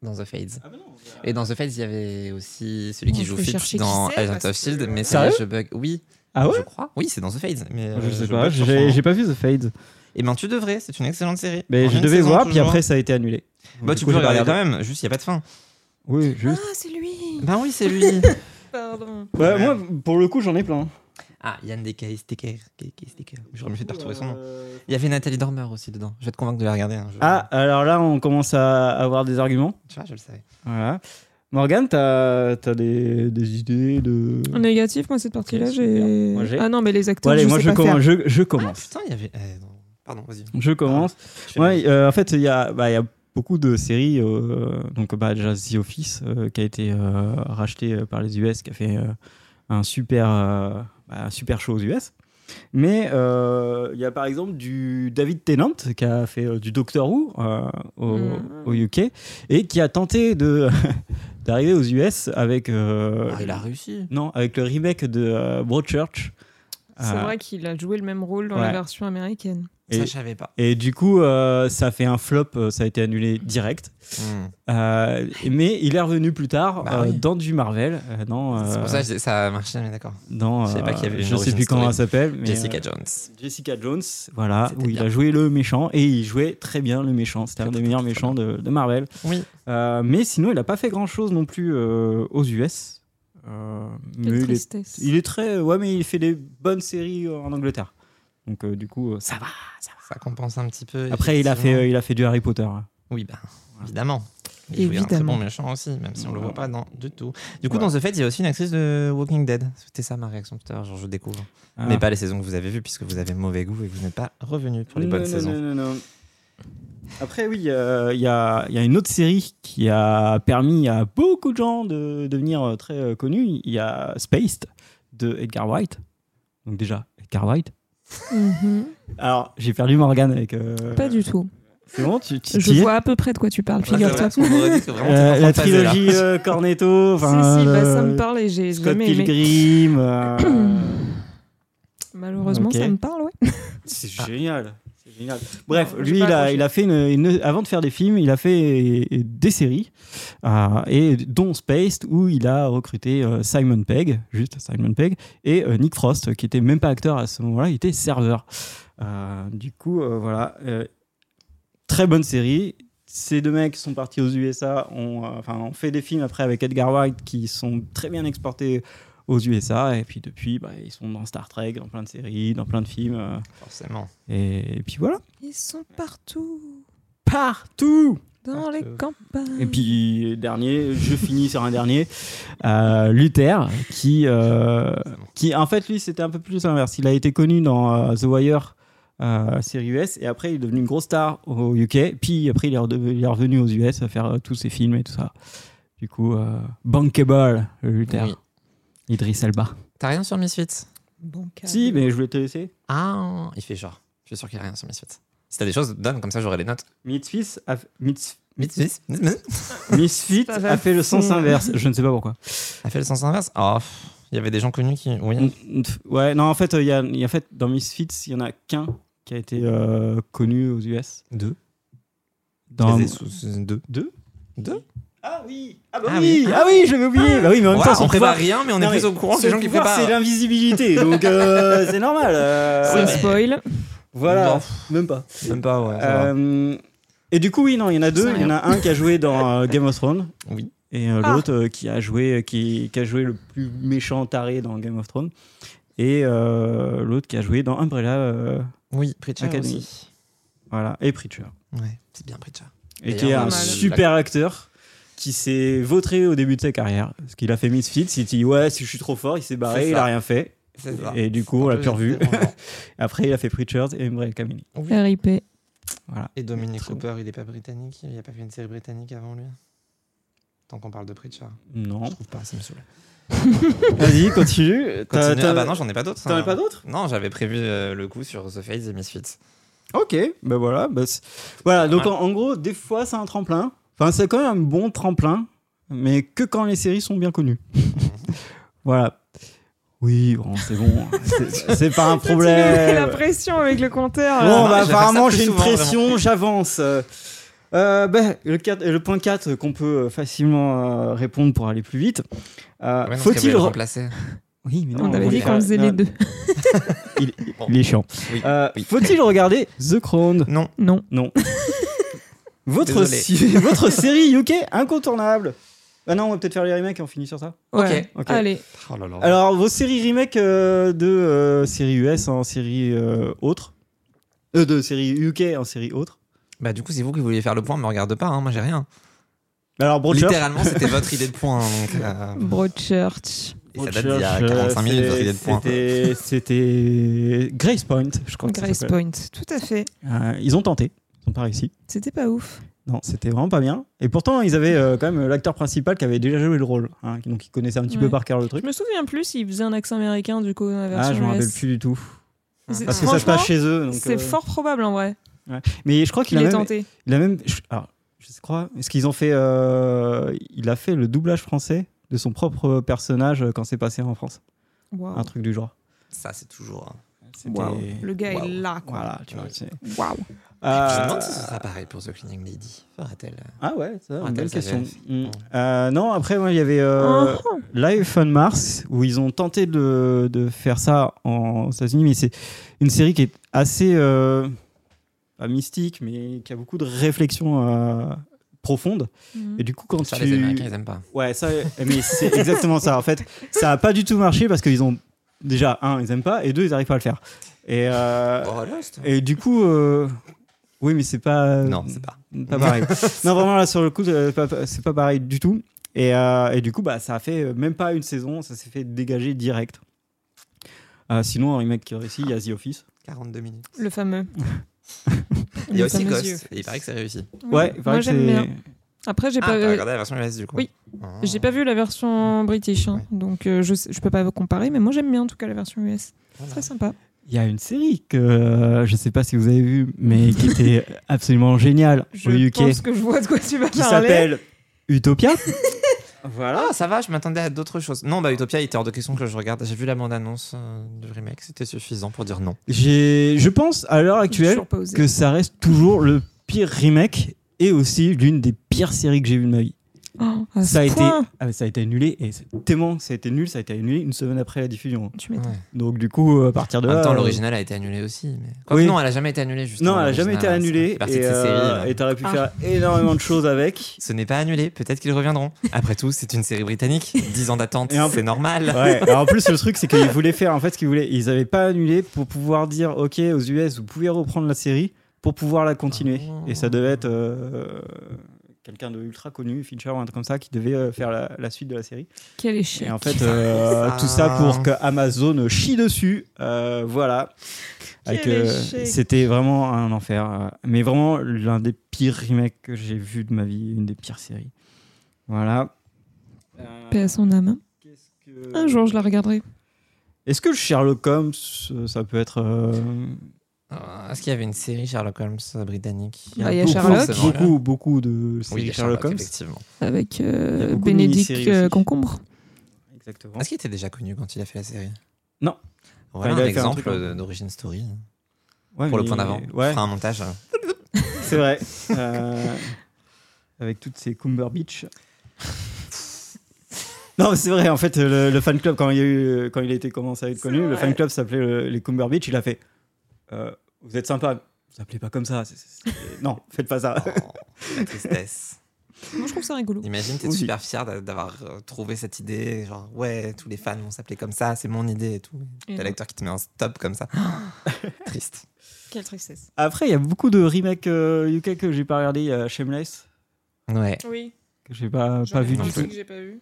[SPEAKER 3] Dans The Fades.
[SPEAKER 1] Ah non,
[SPEAKER 3] Et dans The Fades, il y avait aussi celui
[SPEAKER 2] Bon,
[SPEAKER 3] qui
[SPEAKER 2] je
[SPEAKER 3] joue
[SPEAKER 2] vais
[SPEAKER 3] Fitch
[SPEAKER 2] chercher
[SPEAKER 3] dans
[SPEAKER 2] qui c'est,
[SPEAKER 3] Agent
[SPEAKER 2] parce
[SPEAKER 3] of Shield,
[SPEAKER 2] que-
[SPEAKER 3] E mais
[SPEAKER 1] Sérieux
[SPEAKER 3] ça, je bug. Oui,
[SPEAKER 1] Ah ouais
[SPEAKER 3] je crois. Oui, c'est dans The Fades. Mais
[SPEAKER 1] Je
[SPEAKER 3] euh,
[SPEAKER 1] sais pas,
[SPEAKER 3] bug sur son
[SPEAKER 1] j'ai
[SPEAKER 3] nom.
[SPEAKER 1] j'ai pas vu The Fade.
[SPEAKER 3] Eh ben, tu devrais, c'est une excellente série.
[SPEAKER 1] Mais
[SPEAKER 3] En
[SPEAKER 1] je
[SPEAKER 3] une
[SPEAKER 1] devais
[SPEAKER 3] saison,
[SPEAKER 1] voir, puis
[SPEAKER 3] toujours.
[SPEAKER 1] après ça a été annulé.
[SPEAKER 3] Bah,
[SPEAKER 1] Du
[SPEAKER 3] tu
[SPEAKER 1] coup,
[SPEAKER 3] peux
[SPEAKER 1] j'ai pas
[SPEAKER 3] regarder quand
[SPEAKER 1] regardé.
[SPEAKER 3] même, juste, il n'y a pas de fin.
[SPEAKER 1] Oui,
[SPEAKER 2] Ah,
[SPEAKER 1] juste.
[SPEAKER 2] c'est lui
[SPEAKER 3] Bah oui, c'est lui.
[SPEAKER 2] Pardon.
[SPEAKER 1] Ouais, Moi, pour le coup, j'en ai plein.
[SPEAKER 3] Ah, Yann Deka, Sticker. J'aurais mieux fait de
[SPEAKER 1] euh,
[SPEAKER 3] retrouver son nom. Il y avait Nathalie Dormer aussi dedans. Je vais te convaincre de la regarder. hein, je-
[SPEAKER 1] Ah, alors là, on commence à avoir des arguments.
[SPEAKER 3] Tu vois, je le savais.
[SPEAKER 1] Voilà. Morgane, t'as as des, des idées de.
[SPEAKER 2] En négatif, moi, cette partie-là,
[SPEAKER 1] Ok,
[SPEAKER 2] j'ai.
[SPEAKER 1] super. Moi, j'ai-
[SPEAKER 2] Ah non, mais les
[SPEAKER 1] Bon,
[SPEAKER 2] acteurs,
[SPEAKER 1] allez,
[SPEAKER 2] je
[SPEAKER 1] moi
[SPEAKER 2] sais
[SPEAKER 1] je,
[SPEAKER 2] pas
[SPEAKER 1] commence,
[SPEAKER 2] faire.
[SPEAKER 1] je, je
[SPEAKER 3] Ah,
[SPEAKER 1] commence.
[SPEAKER 3] putain, il y avait. eh, non. Pardon, vas-y. Ah,
[SPEAKER 1] Je commence.
[SPEAKER 3] Je fais
[SPEAKER 1] Ouais, euh, en fait, il y, a- bah, il y a beaucoup de séries. euh, donc, bah, déjà The Office, euh, qui a été euh, racheté euh, par les US, qui a fait euh, un, super, euh, bah, un super show aux US. Mais euh, il y a par exemple du David Tennant, qui a fait euh, du Doctor Who euh, au,
[SPEAKER 2] Mhm.
[SPEAKER 1] au UK, et qui a tenté de- d'arriver aux US avec, euh,
[SPEAKER 3] Ah, il a réussi.
[SPEAKER 1] non, avec le remake de euh, Broadchurch.
[SPEAKER 2] C'est
[SPEAKER 1] Euh,
[SPEAKER 2] vrai qu'il a joué le même rôle dans
[SPEAKER 1] ouais.
[SPEAKER 2] la version américaine.
[SPEAKER 3] Ça,
[SPEAKER 1] Euh, Et-
[SPEAKER 3] je savais pas.
[SPEAKER 1] Et du coup, euh, ça a fait un flop, euh, ça a été annulé direct.
[SPEAKER 3] Hmm.
[SPEAKER 1] Euh, mais il est revenu plus tard
[SPEAKER 3] Bah
[SPEAKER 1] euh,
[SPEAKER 3] oui.
[SPEAKER 1] dans du Marvel, euh, dans, euh,
[SPEAKER 3] C'est pour ça que j'ai- ça a marché, mais d'accord.
[SPEAKER 1] dans, euh,
[SPEAKER 3] je savais pas qu'il y avait une
[SPEAKER 1] je sais
[SPEAKER 3] origin
[SPEAKER 1] plus comment
[SPEAKER 3] story.
[SPEAKER 1] elle s'appelle, mais,
[SPEAKER 3] Jessica
[SPEAKER 1] euh,
[SPEAKER 3] Jones.
[SPEAKER 1] Jessica Jones, voilà,
[SPEAKER 3] C'était
[SPEAKER 1] où il
[SPEAKER 3] bien.
[SPEAKER 1] a joué le méchant et il jouait très bien le méchant. C'était un
[SPEAKER 3] Très,
[SPEAKER 1] des
[SPEAKER 3] très,
[SPEAKER 1] meilleurs
[SPEAKER 3] très, très
[SPEAKER 1] méchants de, de Marvel.
[SPEAKER 3] Oui.
[SPEAKER 1] Euh, mais sinon, il n'a pas fait grand chose non plus euh, aux US. Euh, mais il est,
[SPEAKER 2] tristesse.
[SPEAKER 1] il est très, ouais, mais il fait des bonnes séries euh, en Angleterre. Donc euh, du coup, euh, ça va.
[SPEAKER 3] Ça compense un petit peu.
[SPEAKER 1] Après, il a fait,
[SPEAKER 3] effectivement.
[SPEAKER 1] euh, il a fait du Harry Potter. hein.
[SPEAKER 3] Oui, bah, évidemment. Mais Il jouait un très
[SPEAKER 2] Évidemment.
[SPEAKER 3] bon méchant aussi, même si on le voit pas dans, du tout. Du coup,
[SPEAKER 1] Voilà.
[SPEAKER 3] dans ce fait, il y a aussi une actrice de Walking Dead. C'était ça ma réaction tout à l'heure, genre je découvre.
[SPEAKER 1] Ah.
[SPEAKER 3] Mais pas les saisons que vous avez vues, puisque vous avez mauvais goût et que vous n'êtes pas revenu pour les bonnes
[SPEAKER 1] non,
[SPEAKER 3] saisons.
[SPEAKER 1] Non, non, non. Après, oui, euh, il y, a, il y a une autre série qui a permis à beaucoup de gens de devenir euh, très euh, connus. Il y a Spaced de Edgar Wright. Donc, déjà, Edgar Wright.
[SPEAKER 2] Mhm.
[SPEAKER 1] Alors, j'ai perdu Morgane avec. euh,
[SPEAKER 2] Pas du tout.
[SPEAKER 1] C'est bon, tu, tu
[SPEAKER 2] Je
[SPEAKER 1] t'y es
[SPEAKER 2] vois à peu près de quoi tu parles,
[SPEAKER 3] Ouais,
[SPEAKER 2] figure-toi.
[SPEAKER 3] c'est vrai, parce qu'on aurait dit que vraiment, t'es
[SPEAKER 1] Euh,
[SPEAKER 3] pas
[SPEAKER 1] La
[SPEAKER 3] trop phasé, là.
[SPEAKER 1] trilogie euh, Cornetto.
[SPEAKER 2] Si,
[SPEAKER 1] enfin,
[SPEAKER 2] si, bah,
[SPEAKER 1] le-
[SPEAKER 2] ça me parle et j'ai
[SPEAKER 1] Scott
[SPEAKER 2] jamais aimé.
[SPEAKER 1] Pilgrim. euh,
[SPEAKER 2] Malheureusement,
[SPEAKER 1] Ok.
[SPEAKER 2] ça me parle, ouais.
[SPEAKER 1] C'est génial. c'est génial. Bref,
[SPEAKER 2] Non, j'ai
[SPEAKER 1] lui,
[SPEAKER 2] pas
[SPEAKER 1] il a,
[SPEAKER 2] accroché.
[SPEAKER 1] il a fait une, une- avant de faire des films, il a fait euh, des séries, euh, et dont Spaced, où il a recruté euh, Simon Pegg, juste Simon Pegg, et euh, Nick Frost, qui était même pas acteur à ce moment-là, il était serveur. Euh, du coup, euh, voilà, euh, très bonne série. Ces deux mecs sont partis aux USA, ont, euh, enfin, ont fait des films après avec Edgar Wright qui sont très bien exportés aux USA, et puis depuis, bah, ils sont dans Star Trek, dans plein de séries, dans plein de films. euh,
[SPEAKER 3] Forcément.
[SPEAKER 1] et puis voilà.
[SPEAKER 2] Ils sont partout,
[SPEAKER 1] Partout
[SPEAKER 2] dans les campagnes.
[SPEAKER 1] Et puis, dernier, je finis sur un dernier. Euh, Luther, qui, euh, qui, en fait, lui, c'était un peu plus l'inverse. Il a été connu dans euh, The Wire, euh, série US, et après, il est devenu une grosse star au UK. Puis après, il est, rede- il est revenu aux US à faire euh, tous ses films et tout ça. Du coup, euh, Bankable, le Luther.
[SPEAKER 3] Oui.
[SPEAKER 1] Idris Elba.
[SPEAKER 3] T'as rien sur Misfits
[SPEAKER 2] Bancal.
[SPEAKER 1] Si, mais je voulais te laisser.
[SPEAKER 3] Ah, il fait genre. Je suis sûr qu'il a rien sur Misfits. Si t'as des choses, donne, comme ça j'aurai les notes.
[SPEAKER 1] Misfits a, Mis-
[SPEAKER 3] Misfits
[SPEAKER 1] Misfits
[SPEAKER 2] Ça va
[SPEAKER 1] a fait le sens
[SPEAKER 2] fond.
[SPEAKER 1] inverse. Je ne sais pas pourquoi.
[SPEAKER 3] A fait le sens inverse Oh, pff, il y avait des gens connus qui. Oui.
[SPEAKER 1] Mm, pff, Ouais, non, en fait, euh, il y a, il y a- en fait dans Misfits, il y en a qu'un qui a été euh, connu aux US.
[SPEAKER 3] Deux.
[SPEAKER 1] Dans...
[SPEAKER 3] Deux.
[SPEAKER 1] Deux
[SPEAKER 3] Deux
[SPEAKER 1] Ah oui Ah bah
[SPEAKER 3] Ah
[SPEAKER 1] oui, Ah oui, j'avais oublié Bah oui, mais en même temps,
[SPEAKER 3] Ouah,
[SPEAKER 1] son
[SPEAKER 3] on prépare
[SPEAKER 1] pouvoir-
[SPEAKER 3] rien, mais on est
[SPEAKER 1] Non,
[SPEAKER 3] plus
[SPEAKER 1] mais
[SPEAKER 3] au courant que
[SPEAKER 1] son
[SPEAKER 3] les gens qui
[SPEAKER 1] pouvoir,
[SPEAKER 3] préparent.
[SPEAKER 1] C'est l'invisibilité, donc euh, c'est normal. euh,
[SPEAKER 3] Ouais,
[SPEAKER 2] Sans
[SPEAKER 3] mais-
[SPEAKER 2] spoil.
[SPEAKER 1] Voilà,
[SPEAKER 3] Non.
[SPEAKER 1] même pas.
[SPEAKER 3] Même pas, ouais. ça va.
[SPEAKER 1] Euh, et du coup, oui, non, il y en a deux. Il y en a un qui a joué dans euh, Game of Thrones
[SPEAKER 3] Oui.
[SPEAKER 1] et euh,
[SPEAKER 2] Ah.
[SPEAKER 1] l'autre euh, qui a joué qui, qui a joué le plus méchant taré dans Game of Thrones et euh, l'autre qui a joué dans Umbrella. euh,
[SPEAKER 3] Oui, Preacher
[SPEAKER 1] Academy.
[SPEAKER 3] aussi.
[SPEAKER 1] Voilà, et Preacher.
[SPEAKER 3] Ouais, c'est bien Preacher.
[SPEAKER 1] Et
[SPEAKER 3] D'ailleurs,
[SPEAKER 1] qui est un
[SPEAKER 2] mal.
[SPEAKER 1] super acteur qui s'est vautré au début de sa carrière. Parce qu'il a fait Misfits, il dit ouais, si je suis trop fort, il s'est barré,
[SPEAKER 3] C'est
[SPEAKER 1] il
[SPEAKER 3] ça.
[SPEAKER 1] a rien fait.
[SPEAKER 3] C'est ça.
[SPEAKER 1] Et du coup, on l'a plus revu.
[SPEAKER 3] Vraiment.
[SPEAKER 1] Après, il a fait Preachers et Umbrella Academy.
[SPEAKER 3] Oui.
[SPEAKER 2] RIP.
[SPEAKER 3] Et Dominic
[SPEAKER 1] Très
[SPEAKER 3] Cooper, il est pas britannique Il a pas fait une série britannique avant lui Tant qu'on parle de Preacher.
[SPEAKER 1] Non.
[SPEAKER 3] Je trouve pas, ça me saoule.
[SPEAKER 1] Vas-y, continue. T'as-
[SPEAKER 3] Continue.
[SPEAKER 1] t'as-
[SPEAKER 3] Ah bah non, j'en ai pas d'autres.
[SPEAKER 1] T'en
[SPEAKER 3] hein.
[SPEAKER 1] as pas d'autres
[SPEAKER 3] Non, j'avais prévu euh, le coup sur The Face et Misfits.
[SPEAKER 1] Ok, ben voilà. bah c'est- voilà, donc
[SPEAKER 3] Ouais.
[SPEAKER 1] en, en gros, des fois, c'est un tremplin. Enfin, c'est quand même un bon tremplin, mais que quand les séries sont bien connues. voilà. Oui, bon, c'est bon. C'est- C'est pas un
[SPEAKER 2] Tu nous mets la
[SPEAKER 1] problème.
[SPEAKER 2] pression avec le compteur.
[SPEAKER 1] Bon,
[SPEAKER 3] non,
[SPEAKER 2] là.
[SPEAKER 1] bah,
[SPEAKER 3] je vais faire
[SPEAKER 1] apparemment,
[SPEAKER 3] ça plus
[SPEAKER 1] j'ai une
[SPEAKER 3] souvent,
[SPEAKER 1] pression, j'avance. Euh, euh, bah, le, quatre- le point 4 qu'on peut euh, facilement euh, répondre pour aller plus vite. Euh,
[SPEAKER 3] Ouais, non, parce qu'elle voulait
[SPEAKER 1] Faut-il.
[SPEAKER 3] le
[SPEAKER 1] re-
[SPEAKER 3] remplacer
[SPEAKER 1] Oui, mais non,
[SPEAKER 2] on avait
[SPEAKER 1] on
[SPEAKER 2] dit
[SPEAKER 1] les-
[SPEAKER 2] qu'on faisait
[SPEAKER 1] non,
[SPEAKER 2] les deux.
[SPEAKER 1] Il, il est chiant.
[SPEAKER 3] Oui.
[SPEAKER 1] Euh,
[SPEAKER 3] Oui.
[SPEAKER 1] Faut-il regarder The Crown
[SPEAKER 3] Non.
[SPEAKER 2] Non.
[SPEAKER 1] votre,
[SPEAKER 3] Désolé.
[SPEAKER 1] si- votre série UK incontournable Ah non, on va peut-être faire les remakes et on finit sur ça.
[SPEAKER 2] Ouais.
[SPEAKER 1] Ok.
[SPEAKER 2] Allez.
[SPEAKER 3] Oh là là.
[SPEAKER 1] Alors, vos séries remakes euh, de euh, série US en série euh, autre Euh, De série UK en série autre.
[SPEAKER 3] Bah du coup, c'est vous qui vouliez faire le point, me regarde pas, hein, moi j'ai rien.
[SPEAKER 1] Alors, Broadchurch.
[SPEAKER 3] Littéralement, c'était votre idée de point. hein, donc, euh,
[SPEAKER 2] Broadchurch.
[SPEAKER 3] et ça date d'il y a 45 minutes, votre idée de point.
[SPEAKER 1] euh, C'était- C'était Grace Point, je crois. que ça
[SPEAKER 2] Grace
[SPEAKER 1] s'appelle.
[SPEAKER 2] Point. Tout à fait.
[SPEAKER 1] Euh, ils ont tenté, ils n'ont pas réussi.
[SPEAKER 2] C'était pas ouf.
[SPEAKER 1] Non, c'était vraiment pas bien. Et pourtant, ils avaient euh, quand même l'acteur principal qui avait déjà joué le rôle, hein, qui- donc il connaissait un petit peu
[SPEAKER 2] Ouais.
[SPEAKER 1] par cœur le truc.
[SPEAKER 2] Je me souviens plus, il faisait un accent américain du coup dans la
[SPEAKER 1] Ah,
[SPEAKER 2] version
[SPEAKER 1] je me rappelle
[SPEAKER 2] US.
[SPEAKER 1] plus du tout.
[SPEAKER 3] Ah,
[SPEAKER 2] C'est-
[SPEAKER 1] Parce que Ah, ça se
[SPEAKER 2] franchement,
[SPEAKER 1] passe chez eux. donc,
[SPEAKER 2] C'est
[SPEAKER 1] euh,
[SPEAKER 2] fort probable en vrai
[SPEAKER 1] Mais je crois qu'il
[SPEAKER 2] qu'il
[SPEAKER 1] a
[SPEAKER 2] ait
[SPEAKER 1] même.
[SPEAKER 2] tenté.
[SPEAKER 1] Il a même. je- Alors, je crois. Est-ce qu'ils ont fait. euh, Il a fait le doublage français de son propre personnage euh, quand c'est passé en France.
[SPEAKER 2] Waouh.
[SPEAKER 1] Un truc du genre.
[SPEAKER 3] Ça, c'est toujours. hein. C'était-
[SPEAKER 1] Waouh.
[SPEAKER 2] Le gars
[SPEAKER 3] Waouh.
[SPEAKER 2] est là, quoi.
[SPEAKER 1] Voilà, tu vois. c'est-
[SPEAKER 2] Waouh.
[SPEAKER 3] Je me
[SPEAKER 1] Euh,
[SPEAKER 3] demande si ce sera pareil pour The Cleaning Lady. Fera-t-elle euh,
[SPEAKER 1] Ah ouais, ça,
[SPEAKER 3] Ah,
[SPEAKER 1] une belle
[SPEAKER 3] t'as- t'as
[SPEAKER 1] question.
[SPEAKER 3] vérifié.
[SPEAKER 1] Mm. Euh, non, après, moi, il y avait
[SPEAKER 2] Oh.
[SPEAKER 1] euh, Life on Mars, où ils ont tenté de, de faire ça en aux États-Unis, mais c'est une série qui est assez, euh, pas mystique, mais qui a beaucoup de réflexions euh, profondes.
[SPEAKER 2] Mhm.
[SPEAKER 1] Et du coup, quand
[SPEAKER 3] Ça,
[SPEAKER 1] tu...
[SPEAKER 3] les Américains, ils aiment pas.
[SPEAKER 1] Ouais, ça, mais c'est exactement ça. En fait, ça a pas du tout marché parce qu'ils ont déjà un, ils aiment pas, et deux, ils arrivent pas à le faire. Et, euh,
[SPEAKER 3] Oh, Lost
[SPEAKER 1] et du coup, euh, oui, mais c'est pas.
[SPEAKER 3] Non, c'est pas.
[SPEAKER 1] Pas pareil. non, vraiment, là, sur le coup, euh, pas- pas- c'est pas pareil du tout. Et, euh, et du coup, bah, ça a fait euh, même pas une saison, ça s'est fait dégager direct. Euh, sinon, un remake qui réussit, il y a The Office.
[SPEAKER 3] 42 minutes.
[SPEAKER 2] Le fameux.
[SPEAKER 3] Il y
[SPEAKER 2] Le
[SPEAKER 3] a aussi
[SPEAKER 2] fameux yeux.
[SPEAKER 3] Ghost. Et il paraît que c'est réussi.
[SPEAKER 2] Oui.
[SPEAKER 1] Ouais, il paraît
[SPEAKER 2] Moi,
[SPEAKER 1] que
[SPEAKER 2] j'aime
[SPEAKER 1] c'est-
[SPEAKER 2] bien. Après, j'ai
[SPEAKER 3] Ah,
[SPEAKER 2] pas,
[SPEAKER 3] t'as regardé la version US du coup
[SPEAKER 2] oui.
[SPEAKER 3] Ah.
[SPEAKER 2] j'ai pas vu la version british, hein.
[SPEAKER 3] Ouais.
[SPEAKER 2] donc euh, je, sais- je peux pas comparer, mais moi j'aime bien en tout cas la version US.
[SPEAKER 3] Voilà.
[SPEAKER 2] Très sympa.
[SPEAKER 1] Il y a une série que euh, je sais pas si vous avez vue, mais qui était absolument géniale
[SPEAKER 2] Je
[SPEAKER 1] au UK.
[SPEAKER 2] pense que je vois de quoi tu vas
[SPEAKER 1] qui
[SPEAKER 2] parler.
[SPEAKER 1] s'appelle Utopia. voilà.
[SPEAKER 3] Ah, ça va, je m'attendais à d'autres choses. Non, bah Utopia, il était hors de question que je regarde. J'ai vu la bande-annonce euh, du remake, c'était suffisant pour dire non.
[SPEAKER 1] J'ai, je pense à l'heure
[SPEAKER 2] J'ai
[SPEAKER 1] actuelle
[SPEAKER 2] toujours pas osé.
[SPEAKER 1] que ça reste toujours le pire remake et aussi l'une des pires séries que j'ai vues de ma vie.
[SPEAKER 2] Oh, à
[SPEAKER 1] Ça a
[SPEAKER 2] ce
[SPEAKER 1] été,
[SPEAKER 2] point.
[SPEAKER 1] ah, mais ça a été annulé et c'est tellement ça a été nul, ça a été annulé une semaine après la diffusion.
[SPEAKER 2] Tu m'étonnes.
[SPEAKER 1] Donc du coup, à partir de
[SPEAKER 3] En même
[SPEAKER 1] là,
[SPEAKER 3] temps,
[SPEAKER 1] euh,
[SPEAKER 3] l'original a été annulé aussi. Mais... Quoique,
[SPEAKER 1] Oui.
[SPEAKER 3] Ah. non, elle a jamais été annulée, justement.
[SPEAKER 1] Non, elle a jamais été
[SPEAKER 3] l'original,
[SPEAKER 1] annulée
[SPEAKER 3] c'est parti de
[SPEAKER 1] et
[SPEAKER 3] ces séries,
[SPEAKER 1] euh,
[SPEAKER 3] là.
[SPEAKER 1] et t'aurais pu
[SPEAKER 2] Ah.
[SPEAKER 1] faire énormément de choses avec.
[SPEAKER 3] Ce n'est pas annulé, peut-être qu'ils reviendront. Après tout, c'est une série britannique. 10 ans d'attente,
[SPEAKER 1] Et en-
[SPEAKER 3] c'est normal.
[SPEAKER 1] Ouais. Alors, en plus, le truc, c'est qu'ils voulaient faire en fait ce qu'ils voulaient. Ils avaient pas annulé pour pouvoir dire OK aux US, vous pouvez reprendre la série pour pouvoir la continuer.
[SPEAKER 3] Ah.
[SPEAKER 1] Et ça devait être euh, quelqu'un de ultra connu, Fincher ou un truc comme ça, qui devait euh, faire la, la suite de la série.
[SPEAKER 2] Quel échec.
[SPEAKER 1] Et en fait, euh,
[SPEAKER 3] Ah.
[SPEAKER 1] tout ça pour que Amazon chie dessus. Euh, voilà.
[SPEAKER 2] Quel
[SPEAKER 1] Avec, euh,
[SPEAKER 2] échec.
[SPEAKER 1] C'était vraiment un enfer. euh, Mais vraiment l'un des pires remakes que j'ai vu de ma vie, une des pires séries. Voilà. Euh,
[SPEAKER 2] Paix à son âme.
[SPEAKER 1] Qu'est-ce que-
[SPEAKER 2] Un jour, je la regarderai.
[SPEAKER 1] Est-ce que le Sherlock Holmes, euh, ça peut être. euh,
[SPEAKER 2] Bah,
[SPEAKER 3] Ah, Est-ce qu'il y avait une série Sherlock Holmes euh, britannique
[SPEAKER 2] Ah, il y a
[SPEAKER 1] beaucoup,
[SPEAKER 2] Sherlock.
[SPEAKER 1] forcément, Beaucoup, beaucoup de séries
[SPEAKER 3] il y a
[SPEAKER 1] Sherlock, Holmes.
[SPEAKER 3] effectivement.
[SPEAKER 2] Avec
[SPEAKER 1] Il y a
[SPEAKER 2] euh,
[SPEAKER 1] beaucoup de
[SPEAKER 2] Bénédicte
[SPEAKER 1] mini-séries
[SPEAKER 2] euh,
[SPEAKER 1] aussi.
[SPEAKER 2] Concombre.
[SPEAKER 1] Exactement.
[SPEAKER 3] Est-ce qu'il était déjà connu quand il a fait la série
[SPEAKER 1] Non.
[SPEAKER 3] Voilà
[SPEAKER 1] Enfin, il
[SPEAKER 3] un
[SPEAKER 1] avait fait un
[SPEAKER 3] exemple
[SPEAKER 1] truc, hein.
[SPEAKER 3] de- d'origine story. Pour le point d'avant. On
[SPEAKER 1] Ouais,
[SPEAKER 3] fera un montage. euh.
[SPEAKER 1] c'est vrai. Euh, avec toutes ces Cumberbatch. Non, mais c'est vrai, en fait, le, le fan club, quand il, y a eu, quand il a été commencé à être connu, le
[SPEAKER 2] vrai.
[SPEAKER 1] fan club s'appelait euh, les Cumberbatch. Il a fait euh, Vous êtes sympa, vous appelez pas comme ça. c'est- c'est- c'est- Non, faites pas ça.
[SPEAKER 3] Oh, la tristesse.
[SPEAKER 2] Moi, je trouve ça rigolo.
[SPEAKER 3] Imagine, t'es
[SPEAKER 1] Oui.
[SPEAKER 3] super fier d'a- d'avoir euh, trouvé cette idée. Genre, ouais, tous les fans vont s'appeler comme ça, c'est mon idée et tout.
[SPEAKER 2] Et
[SPEAKER 3] T'as
[SPEAKER 2] non.
[SPEAKER 3] l'acteur qui te met un stop comme ça. Triste.
[SPEAKER 2] Quelle tristesse.
[SPEAKER 1] Après, il y a beaucoup de remakes euh, UK que j'ai pas regardé. Il y a Shameless,
[SPEAKER 3] Ouais.
[SPEAKER 2] Oui.
[SPEAKER 1] que j'ai pas, pas vu
[SPEAKER 3] entendu
[SPEAKER 1] du tout.
[SPEAKER 3] que
[SPEAKER 2] j'ai pas vu.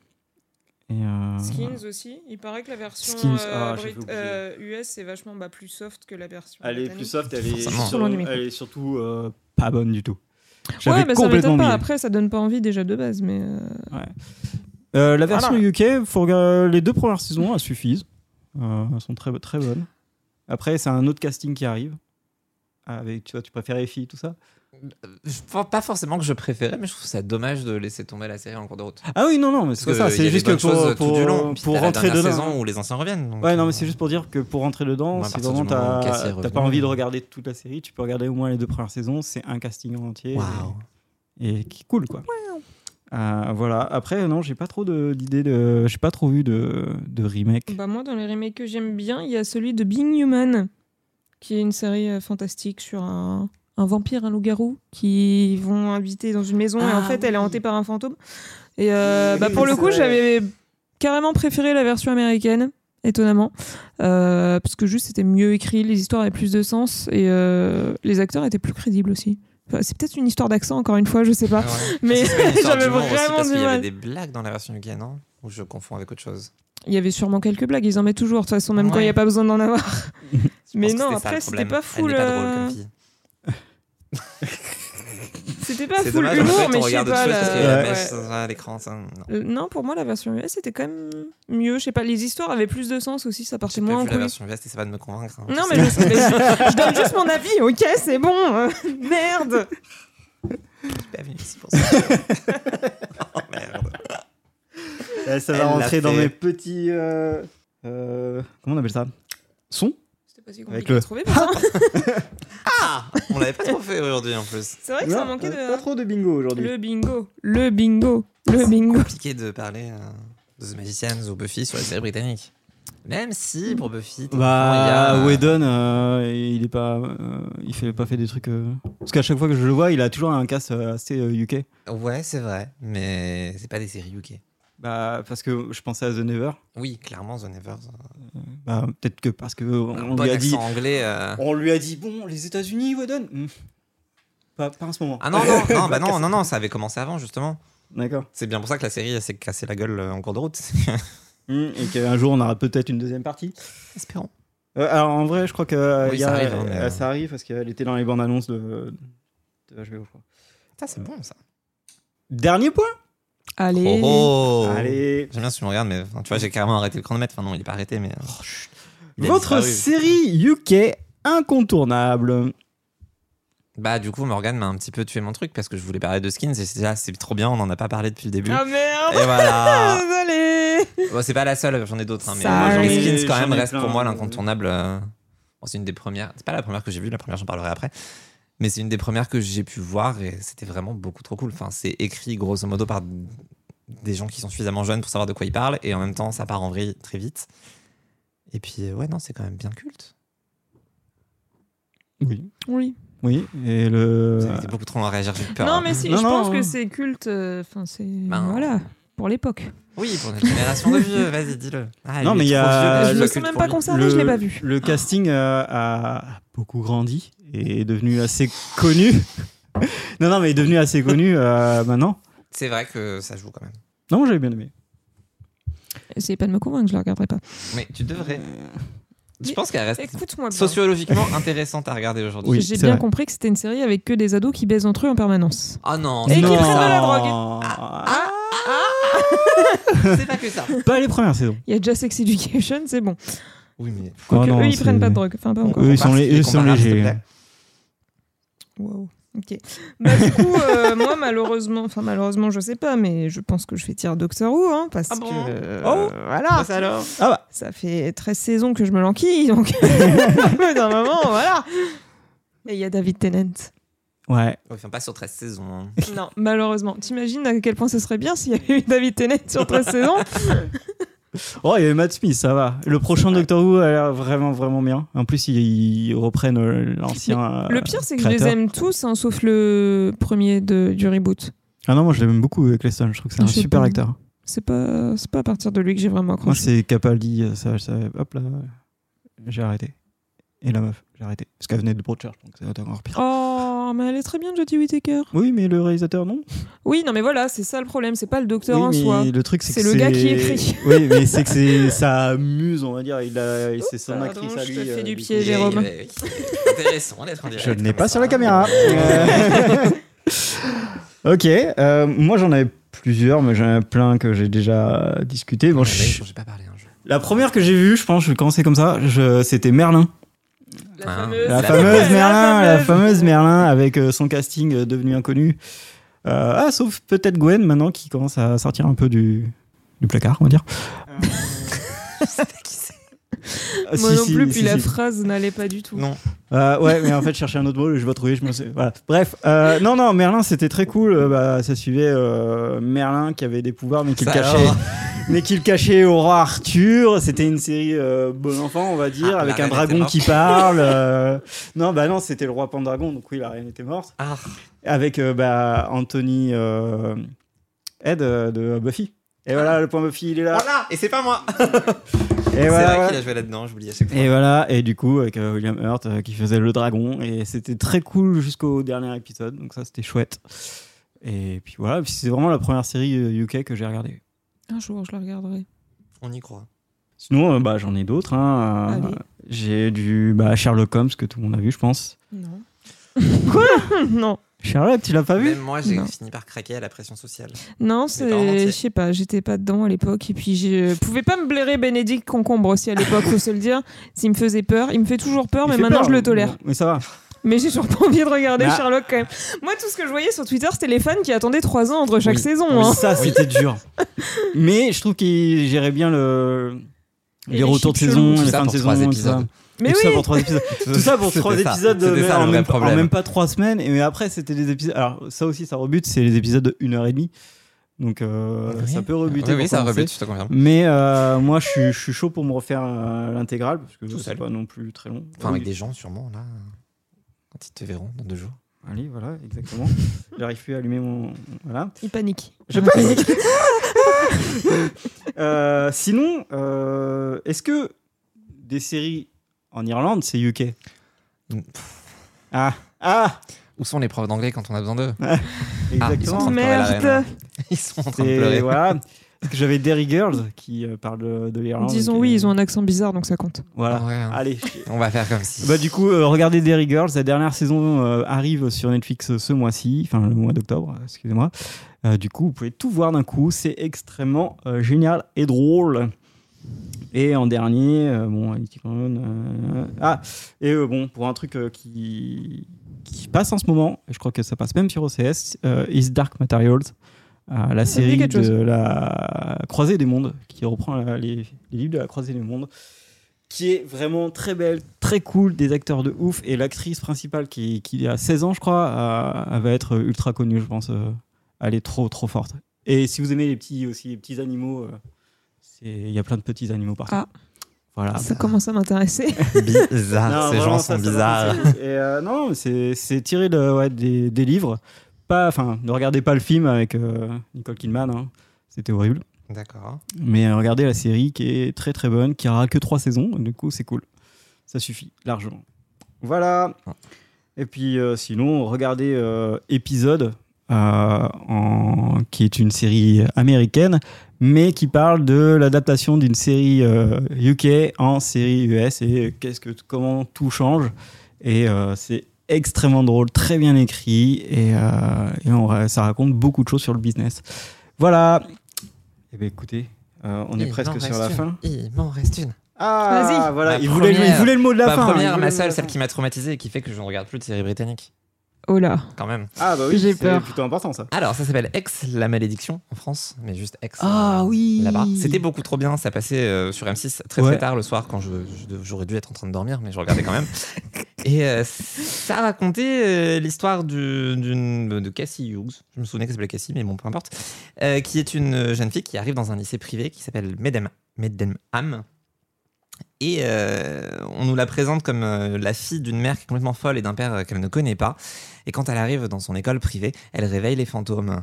[SPEAKER 1] Et, euh,
[SPEAKER 2] aussi. Il paraît que la version
[SPEAKER 1] Skins, euh, ah, j'ai Brit- oublié. euh,
[SPEAKER 2] US c'est vachement bah, plus soft que la version
[SPEAKER 1] Elle est plus soft, elle est,
[SPEAKER 3] Forcément.
[SPEAKER 1] sur-
[SPEAKER 2] Sur l'ennui.
[SPEAKER 1] elle est surtout euh, pas bonne du tout.
[SPEAKER 2] Ouais,
[SPEAKER 1] J'avais
[SPEAKER 2] mais ça
[SPEAKER 1] complètement
[SPEAKER 2] m'étonne pas.
[SPEAKER 1] oublié.
[SPEAKER 2] Après, ça donne pas envie déjà de base, mais euh,
[SPEAKER 1] Euh, la version
[SPEAKER 2] Voilà.
[SPEAKER 1] UK, faut regarder- euh, les deux premières saisons, elles suffisent. Euh, elles sont très, très bonnes. Après, c'est un autre casting qui arrive. Avec, tu vois, tu préfères les filles, tout ça.
[SPEAKER 3] Je pense pas forcément que je préférais, mais je trouve ça dommage de laisser tomber la série en cours de route.
[SPEAKER 1] Ah oui, non, non, mais c'est pas ça.
[SPEAKER 3] il y
[SPEAKER 1] C'est
[SPEAKER 3] a
[SPEAKER 1] juste
[SPEAKER 3] des
[SPEAKER 1] que
[SPEAKER 3] bonnes choses
[SPEAKER 1] pour,
[SPEAKER 3] tout du long.
[SPEAKER 1] pour,
[SPEAKER 3] Puis
[SPEAKER 1] pour
[SPEAKER 3] t'as la
[SPEAKER 1] rentrer
[SPEAKER 3] dernière
[SPEAKER 1] dedans.
[SPEAKER 3] saison où les anciens reviennent. donc,
[SPEAKER 1] Ouais, non,
[SPEAKER 3] euh,
[SPEAKER 1] mais c'est juste pour dire que pour rentrer dedans,
[SPEAKER 3] Moi, à
[SPEAKER 1] si
[SPEAKER 3] partir
[SPEAKER 1] vraiment
[SPEAKER 3] du moment
[SPEAKER 1] t'as
[SPEAKER 3] où Cassie est
[SPEAKER 1] t'as pas
[SPEAKER 3] revenue,
[SPEAKER 1] envie de
[SPEAKER 3] euh,
[SPEAKER 1] regarder toute la série, tu peux regarder au moins les deux premières saisons. C'est un casting en entier.
[SPEAKER 3] Waouh.
[SPEAKER 1] et qui est cool quoi. Euh, voilà. Après non, j'ai pas trop de- d'idées de, j'ai pas trop vu de, de remake.
[SPEAKER 2] bah moi dans les remakes que j'aime bien, il y a celui de Being Human, qui est une série euh, fantastique sur un, un vampire, un loup-garou, qui vont habiter dans une maison et en
[SPEAKER 3] Ah
[SPEAKER 2] fait elle est
[SPEAKER 3] oui.
[SPEAKER 2] hantée par un fantôme. Et euh, bah, pour le
[SPEAKER 1] c'est
[SPEAKER 2] coup,
[SPEAKER 1] vrai.
[SPEAKER 2] j'avais carrément préféré la version américaine. Étonnamment, Euh, parce que juste c'était mieux écrit, les histoires avaient plus de sens et euh, les acteurs étaient plus crédibles aussi. Enfin, c'est peut-être une histoire d'accent, encore une fois, je sais pas.
[SPEAKER 3] Ah ouais.
[SPEAKER 2] Mais
[SPEAKER 3] C'est pas une histoire
[SPEAKER 2] j'avais
[SPEAKER 3] d'humour aussi,
[SPEAKER 2] vraiment
[SPEAKER 3] parce
[SPEAKER 2] du
[SPEAKER 3] qu'il y avait
[SPEAKER 2] mal.
[SPEAKER 3] des blagues dans la version UK, non Ou je confonds avec autre chose.
[SPEAKER 2] Il y avait sûrement quelques blagues, ils en mettent toujours, de toute façon, même quand il
[SPEAKER 3] Ouais.
[SPEAKER 2] n'y a pas besoin d'en avoir.
[SPEAKER 3] Je
[SPEAKER 2] Mais
[SPEAKER 3] pense que
[SPEAKER 2] non,
[SPEAKER 3] c'était ça,
[SPEAKER 2] après,
[SPEAKER 3] le
[SPEAKER 2] c'était
[SPEAKER 3] problème.
[SPEAKER 2] pas euh, fou,
[SPEAKER 3] Elle n'est pas
[SPEAKER 2] le-
[SPEAKER 3] drôle comme fille.
[SPEAKER 2] C'était pas
[SPEAKER 3] C'est
[SPEAKER 2] full
[SPEAKER 3] dommage, en
[SPEAKER 2] humour,
[SPEAKER 3] fait,
[SPEAKER 2] mais je
[SPEAKER 3] on
[SPEAKER 2] sais
[SPEAKER 3] regarde autre
[SPEAKER 2] pas.
[SPEAKER 3] chose parce
[SPEAKER 2] la-
[SPEAKER 3] qu'il y a la
[SPEAKER 2] ouais.
[SPEAKER 3] mèche à l'écran. ça, non.
[SPEAKER 2] Euh, Non, pour moi, la version US était quand même mieux. Je sais pas, les histoires avaient plus de sens aussi, ça partait
[SPEAKER 3] J'ai pas
[SPEAKER 2] moins en
[SPEAKER 3] vu la
[SPEAKER 2] couille.
[SPEAKER 3] version veste et ça va de me convaincre. hein.
[SPEAKER 2] Non, mais je, mais je- je donne juste mon avis, ok, c'est bon. euh, Merde.
[SPEAKER 3] Je suis pas venu ici pour ça. oh merde.
[SPEAKER 1] ça Eh,
[SPEAKER 3] va Elle l'a rentrer dans fait. mes
[SPEAKER 1] euh, petits. comment on appelle ça Son
[SPEAKER 2] C'est pas si
[SPEAKER 1] Avec
[SPEAKER 2] compliqué
[SPEAKER 1] le-
[SPEAKER 2] à trouver, pourtant.
[SPEAKER 3] Ah On l'avait pas trop fait aujourd'hui en plus.
[SPEAKER 2] C'est vrai que ça
[SPEAKER 1] Non,
[SPEAKER 2] manquait
[SPEAKER 1] euh,
[SPEAKER 2] de.
[SPEAKER 1] Pas trop de bingo aujourd'hui.
[SPEAKER 2] Le bingo, le bingo, le bingo.
[SPEAKER 3] Compliqué de parler euh, de The Magicians ou Buffy sur les séries britanniques. Même si pour Buffy, techniquement,
[SPEAKER 1] Bah,
[SPEAKER 3] il y a...
[SPEAKER 1] Whedon, euh, il est pas, euh, il fait pas fait des trucs. euh, Parce qu'à chaque fois que je le vois, il a toujours un casse euh, assez euh, UK.
[SPEAKER 3] Ouais, c'est vrai, mais c'est pas des séries UK.
[SPEAKER 1] Bah, parce que je pensais à The Never.
[SPEAKER 3] Oui, clairement, The Nevers.
[SPEAKER 1] Bah, peut-être que parce que on,
[SPEAKER 3] Un
[SPEAKER 1] on
[SPEAKER 3] bon
[SPEAKER 1] lui a
[SPEAKER 3] accent
[SPEAKER 1] dit,
[SPEAKER 3] anglais. euh,
[SPEAKER 1] on lui a dit, bon, les États-Unis, Whedon. Hmm. Pas, pas en ce moment.
[SPEAKER 3] Ah non, non, non, bah non, non, non, ça avait commencé avant justement.
[SPEAKER 1] D'accord.
[SPEAKER 3] C'est bien pour ça que la série elle s'est cassée la gueule euh, en cours de route.
[SPEAKER 1] Hmm, et qu'un jour, on aura peut-être une deuxième partie.
[SPEAKER 3] Espérons.
[SPEAKER 1] Euh, alors, en vrai, je crois que euh,
[SPEAKER 3] Oui,
[SPEAKER 1] il y a-
[SPEAKER 3] ça arrive, hein, mais,
[SPEAKER 1] euh,
[SPEAKER 3] euh,
[SPEAKER 1] ça arrive parce qu'elle était dans les bandes annonces de. de HBO, je crois.
[SPEAKER 3] Ça, c'est bon ça.
[SPEAKER 1] Dernier point.
[SPEAKER 2] Allez.
[SPEAKER 3] Oh, oh.
[SPEAKER 1] Allez.
[SPEAKER 3] J'aime bien si tu me regardes, mais enfin, tu vois, j'ai carrément arrêté le chronomètre. Enfin, non, il est pas arrêté, mais. euh, il a
[SPEAKER 1] Votre
[SPEAKER 3] disparu.
[SPEAKER 1] série UK incontournable.
[SPEAKER 3] Bah, du coup, Morgan m'a un petit peu tué mon truc parce que je voulais parler de skins et c'est ah, c'est trop bien, on en a pas parlé depuis le début.
[SPEAKER 2] Ah merde
[SPEAKER 3] Et voilà.
[SPEAKER 2] Désolé
[SPEAKER 3] Bon, c'est pas la seule, j'en ai d'autres. hein, mais
[SPEAKER 2] Sorry.
[SPEAKER 3] euh, genre, skins, quand
[SPEAKER 1] J'en ai
[SPEAKER 3] même, reste
[SPEAKER 1] plein.
[SPEAKER 3] pour moi l'incontournable. euh, bon, c'est une des premières. C'est pas la première que j'ai vue, la première, j'en parlerai après. Mais c'est une des premières que j'ai pu voir et c'était vraiment beaucoup trop cool. Enfin, c'est écrit grosso modo par des gens qui sont suffisamment jeunes pour savoir de quoi ils parlent et en même temps, ça part en vrille très vite. Et puis, euh, ouais, non, c'est quand même bien culte.
[SPEAKER 1] Oui.
[SPEAKER 2] Oui.
[SPEAKER 1] Oui. Et le. euh,
[SPEAKER 3] Vous avez été beaucoup trop long à réagir, j'ai eu peur.
[SPEAKER 2] Non, mais si,
[SPEAKER 1] Non,
[SPEAKER 2] je
[SPEAKER 1] non,
[SPEAKER 2] pense
[SPEAKER 1] hein.
[SPEAKER 2] que c'est culte. euh, Enfin, c'est.
[SPEAKER 3] Ben.
[SPEAKER 2] Voilà. Pour l'époque.
[SPEAKER 3] Oui, pour notre génération de vieux, vas-y, dis-le. Ah,
[SPEAKER 1] Non,
[SPEAKER 3] lui,
[SPEAKER 1] mais
[SPEAKER 3] est
[SPEAKER 1] il y
[SPEAKER 3] trop
[SPEAKER 1] a-
[SPEAKER 3] vieux,
[SPEAKER 1] je
[SPEAKER 2] je me
[SPEAKER 3] mais il
[SPEAKER 2] sens
[SPEAKER 3] culte
[SPEAKER 2] même
[SPEAKER 3] pour
[SPEAKER 2] pas
[SPEAKER 3] lui.
[SPEAKER 2] concernée, je l'ai pas vu.
[SPEAKER 1] Le casting euh, a beaucoup grandi et est devenu assez connu. non, non, mais est devenu assez connu euh, maintenant.
[SPEAKER 3] C'est vrai que ça joue quand même.
[SPEAKER 1] Non, moi, j'avais bien aimé.
[SPEAKER 2] Essayez pas de me convaincre, je la regarderai pas.
[SPEAKER 3] Mais tu devrais.
[SPEAKER 2] Euh,
[SPEAKER 3] Je
[SPEAKER 2] Mais
[SPEAKER 3] pense qu'elle reste
[SPEAKER 2] Écoute-moi bien.
[SPEAKER 3] sociologiquement intéressante à regarder aujourd'hui.
[SPEAKER 1] Oui,
[SPEAKER 2] J'ai
[SPEAKER 1] c'est
[SPEAKER 2] bien
[SPEAKER 1] vrai.
[SPEAKER 2] compris que c'était une série avec que des ados qui baisent entre eux en permanence.
[SPEAKER 3] Ah non,
[SPEAKER 2] Et
[SPEAKER 3] c'est
[SPEAKER 2] qui
[SPEAKER 1] Non.
[SPEAKER 3] pas
[SPEAKER 2] prennent de
[SPEAKER 3] ça.
[SPEAKER 2] la drogue.
[SPEAKER 3] C'est pas que ça.
[SPEAKER 1] Pas les premières saisons.
[SPEAKER 2] Il y a déjà Sex Education, c'est bon.
[SPEAKER 3] Oui, mais.
[SPEAKER 2] Quoique,
[SPEAKER 1] Oh non,
[SPEAKER 2] eux, ils
[SPEAKER 1] c'est-
[SPEAKER 2] prennent pas de drogue. Enfin, pas encore.
[SPEAKER 1] Eux, ils sont,
[SPEAKER 3] compare
[SPEAKER 1] les-
[SPEAKER 3] ce qui est
[SPEAKER 1] eux sont
[SPEAKER 3] comparable, s'il te
[SPEAKER 1] légers.
[SPEAKER 3] plaît.
[SPEAKER 2] Wow. Ok. Bah, du coup, euh, moi, malheureusement, enfin, malheureusement, je sais pas, mais je pense que je fais tirer Doctor Who, hein, parce
[SPEAKER 3] Ah bon
[SPEAKER 2] que. euh,
[SPEAKER 3] Oh
[SPEAKER 2] voilà.
[SPEAKER 3] ça alors
[SPEAKER 1] Ah bah,
[SPEAKER 2] Ça fait 13 saisons que je me lanquille, donc. au bout d'un moment, voilà. Et il y a David Tennant.
[SPEAKER 1] ouais.
[SPEAKER 3] Enfin, pas sur 13 saisons. hein.
[SPEAKER 2] Non, malheureusement. T'imagines à quel point ce serait bien s'il y avait eu David Tennant sur 13 saisons
[SPEAKER 1] Oh, il y avait Matt Smith, ça va. Le prochain Doctor Who a l'air vraiment, vraiment bien. En plus, ils, ils reprennent euh, l'ancien. euh,
[SPEAKER 2] Le pire, c'est que je
[SPEAKER 1] créateur.
[SPEAKER 2] les aime tous, hein, sauf le premier de, du reboot.
[SPEAKER 1] Ah non, moi, je l'aime beaucoup, euh, Cleston. Je trouve que c'est
[SPEAKER 2] Je
[SPEAKER 1] un
[SPEAKER 2] sais
[SPEAKER 1] super
[SPEAKER 2] pas.
[SPEAKER 1] acteur.
[SPEAKER 2] C'est pas, c'est pas à partir de lui que j'ai vraiment
[SPEAKER 1] Moi,
[SPEAKER 2] accroché.
[SPEAKER 1] c'est Capaldi, euh, ça, ça- hop là, euh, j'ai arrêté. Et la meuf, j'ai arrêté. Parce qu'elle venait de Broadchurch, donc ça doit être encore pire.
[SPEAKER 2] Oh, mais elle est très bien, Jodie Whittaker.
[SPEAKER 1] Oui, mais le réalisateur, non
[SPEAKER 2] Oui, non, mais voilà, c'est ça le problème, c'est pas le docteur en
[SPEAKER 1] Oui, mais
[SPEAKER 2] soi.
[SPEAKER 1] le truc, c'est que
[SPEAKER 2] C'est le gars qui écrit.
[SPEAKER 1] Oui, mais c'est que c'est- ça amuse, on va dire. Il a, c'est son
[SPEAKER 2] pardon,
[SPEAKER 1] actrice à
[SPEAKER 2] je
[SPEAKER 1] lui. euh,
[SPEAKER 2] te fais du
[SPEAKER 1] coup.
[SPEAKER 2] pied, Et Jérôme.
[SPEAKER 3] oui, oui. Intéressant d'être en direct Ah,
[SPEAKER 1] Je ne l'ai
[SPEAKER 3] comme
[SPEAKER 1] pas
[SPEAKER 3] ça.
[SPEAKER 1] sur la caméra. ok, euh, moi j'en avais plusieurs, mais j'en avais plein que j'ai déjà discuté. Bon,
[SPEAKER 3] Ouais,
[SPEAKER 1] je-
[SPEAKER 3] mais J'ai pas parlé hein, un jeu.
[SPEAKER 1] La première que j'ai vue, je pense, je vais commencer comme ça, je- c'était Merlin.
[SPEAKER 2] La
[SPEAKER 3] Ah.
[SPEAKER 1] La
[SPEAKER 2] fameuse,
[SPEAKER 3] La
[SPEAKER 1] fameuse
[SPEAKER 3] fameuse.
[SPEAKER 1] Merlin, la fameuse Merlin avec euh, son casting euh, devenu inconnu. Euh, ah, sauf peut-être Gwen maintenant qui commence à sortir un peu du, du placard, on va dire.
[SPEAKER 2] Euh,
[SPEAKER 1] Ah,
[SPEAKER 2] Moi
[SPEAKER 1] si,
[SPEAKER 2] non
[SPEAKER 1] si,
[SPEAKER 2] plus,
[SPEAKER 1] si,
[SPEAKER 2] puis
[SPEAKER 1] si.
[SPEAKER 2] la phrase n'allait pas du tout.
[SPEAKER 3] Non.
[SPEAKER 1] Euh, ouais, mais en fait, je cherchais un autre mot, je vais trouver, je me suis... Voilà. Bref, euh, non, non, Merlin, c'était très cool. euh, bah, ça suivait euh, Merlin qui avait des pouvoirs, mais qui le
[SPEAKER 3] Ça
[SPEAKER 1] cachait,
[SPEAKER 3] alors.
[SPEAKER 1] mais qui le cachait au roi Arthur. C'était une série euh, bon enfant, on va dire,
[SPEAKER 3] Ah,
[SPEAKER 1] avec
[SPEAKER 3] la
[SPEAKER 1] un
[SPEAKER 3] reine
[SPEAKER 1] dragon qui
[SPEAKER 3] était
[SPEAKER 1] parle. euh, Non, bah non, c'était le roi Pendragon, donc oui, la reine était morte.
[SPEAKER 3] Ah,
[SPEAKER 1] Avec euh, bah, Anthony euh, Ed euh, de Buffy. Et voilà, le point Buffy, il est là.
[SPEAKER 3] voilà Et c'est pas moi
[SPEAKER 1] Et
[SPEAKER 3] Ah. C'est
[SPEAKER 1] voilà,
[SPEAKER 3] vrai
[SPEAKER 1] voilà.
[SPEAKER 3] qu'il a joué là-dedans, j'oublie à chaque fois.
[SPEAKER 1] Et voilà, et du coup, avec euh, William Hurt euh, qui faisait le dragon, et c'était très cool jusqu'au dernier épisode, donc ça c'était chouette. Et puis voilà, puis c'est vraiment la première série euh, UK que j'ai regardée.
[SPEAKER 2] Un jour, je la regarderai.
[SPEAKER 3] On y croit.
[SPEAKER 1] Sinon, euh, bah, j'en ai d'autres. hein, euh,
[SPEAKER 2] Allez.
[SPEAKER 1] j'ai du bah, Sherlock Holmes que tout le monde a vu, je pense.
[SPEAKER 2] Non. Quoi Non.
[SPEAKER 1] Sherlock, tu l'as pas vu
[SPEAKER 3] Même moi, j'ai
[SPEAKER 2] Non.
[SPEAKER 3] fini par craquer à la pression sociale.
[SPEAKER 2] Non,
[SPEAKER 3] pas en
[SPEAKER 2] c'est.
[SPEAKER 3] entier.
[SPEAKER 2] Je sais pas, j'étais pas dedans à l'époque. Et puis, je pouvais pas me blairer Bénédicte Concombre aussi à l'époque, faut se le dire. S'il me faisait peur, il me fait toujours peur,
[SPEAKER 1] Il
[SPEAKER 2] mais
[SPEAKER 1] fait
[SPEAKER 2] maintenant
[SPEAKER 1] peur,
[SPEAKER 2] je le tolère.
[SPEAKER 1] bon, mais ça va.
[SPEAKER 2] Mais j'ai toujours pas envie de regarder
[SPEAKER 1] Bah.
[SPEAKER 2] Sherlock quand même. Moi, tout ce que je voyais sur Twitter, c'était les fans qui attendaient 3 ans entre chaque
[SPEAKER 1] Oui.
[SPEAKER 2] saison.
[SPEAKER 1] Mais
[SPEAKER 2] hein.
[SPEAKER 1] ça, c'était dur. Mais je trouve qu'il gérait bien le...
[SPEAKER 2] Et
[SPEAKER 1] les,
[SPEAKER 2] les
[SPEAKER 1] retours de
[SPEAKER 2] chips
[SPEAKER 1] saison,
[SPEAKER 2] chelous,
[SPEAKER 1] les
[SPEAKER 3] tout ça
[SPEAKER 1] fins de
[SPEAKER 3] pour
[SPEAKER 1] saison,
[SPEAKER 3] trois
[SPEAKER 1] tout
[SPEAKER 3] épisodes.
[SPEAKER 1] ça.
[SPEAKER 2] Mais
[SPEAKER 1] Et tout ça
[SPEAKER 2] oui.
[SPEAKER 1] pour trois épisodes. Tout ça pour
[SPEAKER 3] C'était
[SPEAKER 1] trois épisodes de-
[SPEAKER 3] C'était ça
[SPEAKER 1] en,
[SPEAKER 3] le vrai
[SPEAKER 1] même, pas- en
[SPEAKER 3] problème.
[SPEAKER 1] même pas trois semaines. Et mais après, c'était des épisodes. Alors, ça aussi, ça rebute. C'est les épisodes de 1h30. Donc, euh,
[SPEAKER 3] Oui.
[SPEAKER 1] ça peut rebuter.
[SPEAKER 3] Oui, oui,
[SPEAKER 1] pour
[SPEAKER 3] ça
[SPEAKER 1] commencer.
[SPEAKER 3] rebute, je te confirme.
[SPEAKER 1] Mais euh, moi, je suis, je suis chaud pour me refaire euh, l'intégrale. Parce que
[SPEAKER 3] Tout
[SPEAKER 1] c'est
[SPEAKER 3] seul.
[SPEAKER 1] pas non plus très long.
[SPEAKER 3] Enfin, avec
[SPEAKER 1] Oui.
[SPEAKER 3] des gens, sûrement, là. Quand ils te verront dans deux jours.
[SPEAKER 1] Allez, voilà, exactement. J'arrive plus à allumer mon. Voilà.
[SPEAKER 2] Il panique.
[SPEAKER 1] Je panique. Euh, sinon, euh, est-ce que des séries en Irlande, c'est UK
[SPEAKER 3] Donc,
[SPEAKER 1] Ah, ah,
[SPEAKER 3] Où sont les profs d'anglais quand on a besoin d'eux
[SPEAKER 1] exactement.
[SPEAKER 3] Ah, ils sont en train de pleurer la
[SPEAKER 2] Merde.
[SPEAKER 1] hein.
[SPEAKER 3] reine. Ils sont en train de
[SPEAKER 1] C'est-
[SPEAKER 3] pleurer.
[SPEAKER 1] voilà. Parce que J'avais Derry Girls qui euh, parle de, de l'Irlande.
[SPEAKER 2] Disons
[SPEAKER 1] Donc,
[SPEAKER 2] oui,
[SPEAKER 1] euh,
[SPEAKER 2] ils ont un accent bizarre, donc ça compte.
[SPEAKER 1] Voilà.
[SPEAKER 3] Ouais, hein.
[SPEAKER 1] Allez.
[SPEAKER 3] On va faire comme si.
[SPEAKER 1] Bah, du coup, euh, regardez Derry Girls. La dernière saison euh, arrive sur Netflix euh, ce mois-ci, enfin le mois d'octobre, euh, excusez-moi. Euh, du coup, vous pouvez tout voir d'un coup. C'est extrêmement euh, génial et drôle. Et en dernier, euh, bon, Eticon, euh, ah, et euh, bon, pour un truc euh, qui, qui passe en ce moment, et je crois que ça passe même sur OCS, euh, Is Dark Materials, euh, la
[SPEAKER 2] Ah, ça me dit
[SPEAKER 1] série
[SPEAKER 2] quelque
[SPEAKER 1] de
[SPEAKER 2] chose.
[SPEAKER 1] la Croisée des Mondes, qui reprend la- les, les livres de la Croisée des Mondes, qui est vraiment très belle, très cool, des acteurs de ouf, et l'actrice principale qui, qui a 16 ans, je crois, euh, elle va être ultra connue, je pense. euh, elle est trop, trop forte. Et si vous aimez les petits, aussi, les petits animaux, euh, c'est- il y a plein de petits animaux partout.
[SPEAKER 2] Ah.
[SPEAKER 1] Voilà.
[SPEAKER 2] ça commence à m'intéresser.
[SPEAKER 3] Bizarre,
[SPEAKER 1] Non,
[SPEAKER 3] Ah, ces
[SPEAKER 1] vraiment,
[SPEAKER 3] gens
[SPEAKER 1] ça,
[SPEAKER 3] sont
[SPEAKER 1] ça m'a
[SPEAKER 3] bizarres.
[SPEAKER 1] pensé. Et, euh, non, mais c'est c'est tiré de, ouais, des, des livres. Pas, enfin, ne regardez pas le film avec euh, Nicole Kidman. hein. C'était horrible.
[SPEAKER 3] D'accord.
[SPEAKER 1] Mais euh, regardez la série qui est très très bonne, qui aura que trois saisons. Du coup, c'est cool. Ça suffit largement. Voilà. Et puis euh, sinon, regardez euh, épisode. euh, en- qui est une série américaine, mais qui parle de l'adaptation d'une série euh, UK en série US et qu'est-ce que comment tout change. Et euh, c'est extrêmement drôle, très bien écrit et, euh, et on ra- ça raconte beaucoup de choses sur le business. Voilà. Eh bien, écoutez, euh, on est
[SPEAKER 3] Il m'en
[SPEAKER 1] presque sur la
[SPEAKER 3] reste une.
[SPEAKER 1] fin.
[SPEAKER 3] Il m'en reste une.
[SPEAKER 1] Ah,
[SPEAKER 2] Vas-y.
[SPEAKER 1] voilà,
[SPEAKER 3] Ma
[SPEAKER 1] il voulait, le- il
[SPEAKER 3] première-
[SPEAKER 1] voulait le mot de la
[SPEAKER 3] Ma
[SPEAKER 1] fin. hein, il
[SPEAKER 3] première,
[SPEAKER 1] voulait
[SPEAKER 3] ma
[SPEAKER 1] le mot de
[SPEAKER 3] seule,
[SPEAKER 1] la
[SPEAKER 3] celle
[SPEAKER 1] fin.
[SPEAKER 3] qui m'a traumatisé et qui fait que je ne regarde plus de séries britanniques.
[SPEAKER 2] Oh là.
[SPEAKER 3] Quand même.
[SPEAKER 1] Ah bah oui,
[SPEAKER 2] J'ai
[SPEAKER 1] c'est
[SPEAKER 2] peur.
[SPEAKER 1] plutôt important ça.
[SPEAKER 3] Alors, ça s'appelle Ex la malédiction en France, mais juste Ex. euh,
[SPEAKER 1] Ah oui.
[SPEAKER 3] Là-bas. C'était beaucoup trop bien, ça passait euh, sur M6 très
[SPEAKER 1] Ouais.
[SPEAKER 3] très tard le soir quand je- je- j'aurais dû être en train de dormir, mais je regardais quand même. Et euh, ça racontait euh, l'histoire du- d'une euh, de Cassie Hughes, je me souvenais qu'elle s'appelait Cassie, mais bon, peu importe, Euh, qui est une jeune fille qui arrive dans un lycée privé qui s'appelle Medem, Medenham. Et euh, on nous la présente comme euh, la fille d'une mère qui est complètement folle et d'un père euh, qu'elle ne connaît pas. Et quand elle arrive dans son école privée, elle réveille les fantômes.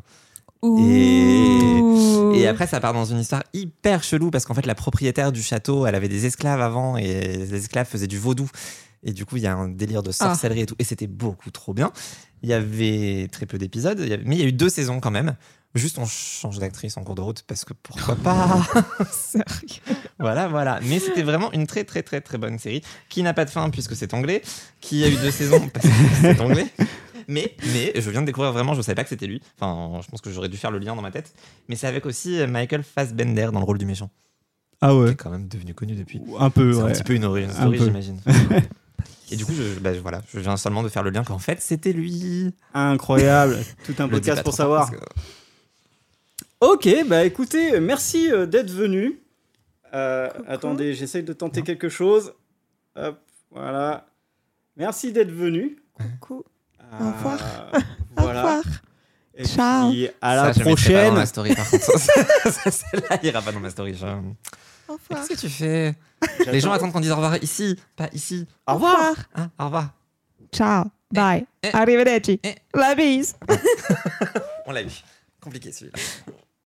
[SPEAKER 3] Et-
[SPEAKER 2] Ouh.
[SPEAKER 3] Et après, ça part dans une histoire hyper chelou parce qu'en fait, la propriétaire du château, elle avait des esclaves avant et les esclaves faisaient du vaudou. Et du coup, il y a un délire de sorcellerie et tout. Et c'était beaucoup trop bien. Il y avait très peu d'épisodes, il y avait- mais il y a eu deux saisons quand même. Juste, on change d'actrice en cours de route parce que pourquoi pas
[SPEAKER 2] Sérieux.
[SPEAKER 3] Voilà, voilà. Mais c'était vraiment une très, très, très, très bonne série qui n'a pas de fin puisque c'est anglais, qui a eu deux saisons parce que c'est anglais. Mais, mais je viens de découvrir vraiment, je savais pas que c'était lui. Enfin, je pense que j'aurais dû faire le lien dans ma tête. Mais c'est avec aussi euh, Michael Fassbender dans le rôle du méchant.
[SPEAKER 1] Ah
[SPEAKER 3] Qui
[SPEAKER 1] ouais,
[SPEAKER 3] est quand même devenu connu depuis.
[SPEAKER 1] un peu.
[SPEAKER 3] C'est un
[SPEAKER 1] ouais.
[SPEAKER 3] petit peu une origin
[SPEAKER 1] Un
[SPEAKER 3] story,
[SPEAKER 1] peu.
[SPEAKER 3] j'imagine. Et du coup, je, bah, je- voilà, je viens seulement de faire le lien qu'en fait, c'était lui.
[SPEAKER 1] Incroyable, tout un
[SPEAKER 3] Je le dis
[SPEAKER 1] podcast
[SPEAKER 3] pas
[SPEAKER 1] pour
[SPEAKER 3] trop
[SPEAKER 1] savoir.
[SPEAKER 3] parce que-
[SPEAKER 1] Ok, bah écoutez, merci euh, d'être venu. Euh, attendez, j'essaye de tenter
[SPEAKER 3] Non.
[SPEAKER 1] quelque chose. Hop, voilà. Merci d'être venu.
[SPEAKER 2] Coucou.
[SPEAKER 1] Euh,
[SPEAKER 2] Au revoir.
[SPEAKER 1] Voilà.
[SPEAKER 2] Au revoir.
[SPEAKER 1] Et
[SPEAKER 2] Ciao.
[SPEAKER 1] puis, à la
[SPEAKER 3] Ça, je le mettrai pas dans
[SPEAKER 1] prochaine.
[SPEAKER 3] ma story, par contre. Ça, ça, Celle-là, il ira pas dans ma story. je-
[SPEAKER 2] Au revoir.
[SPEAKER 3] Qu'est-ce que tu fais Les gens attendent qu'on dise au revoir ici, pas ici.
[SPEAKER 1] Au revoir.
[SPEAKER 3] Hein, au revoir.
[SPEAKER 2] Ciao. Bye.
[SPEAKER 3] eh,
[SPEAKER 2] Arrivederci.
[SPEAKER 3] eh.
[SPEAKER 2] La bise.
[SPEAKER 3] On l'a eu. Compliqué celui-là.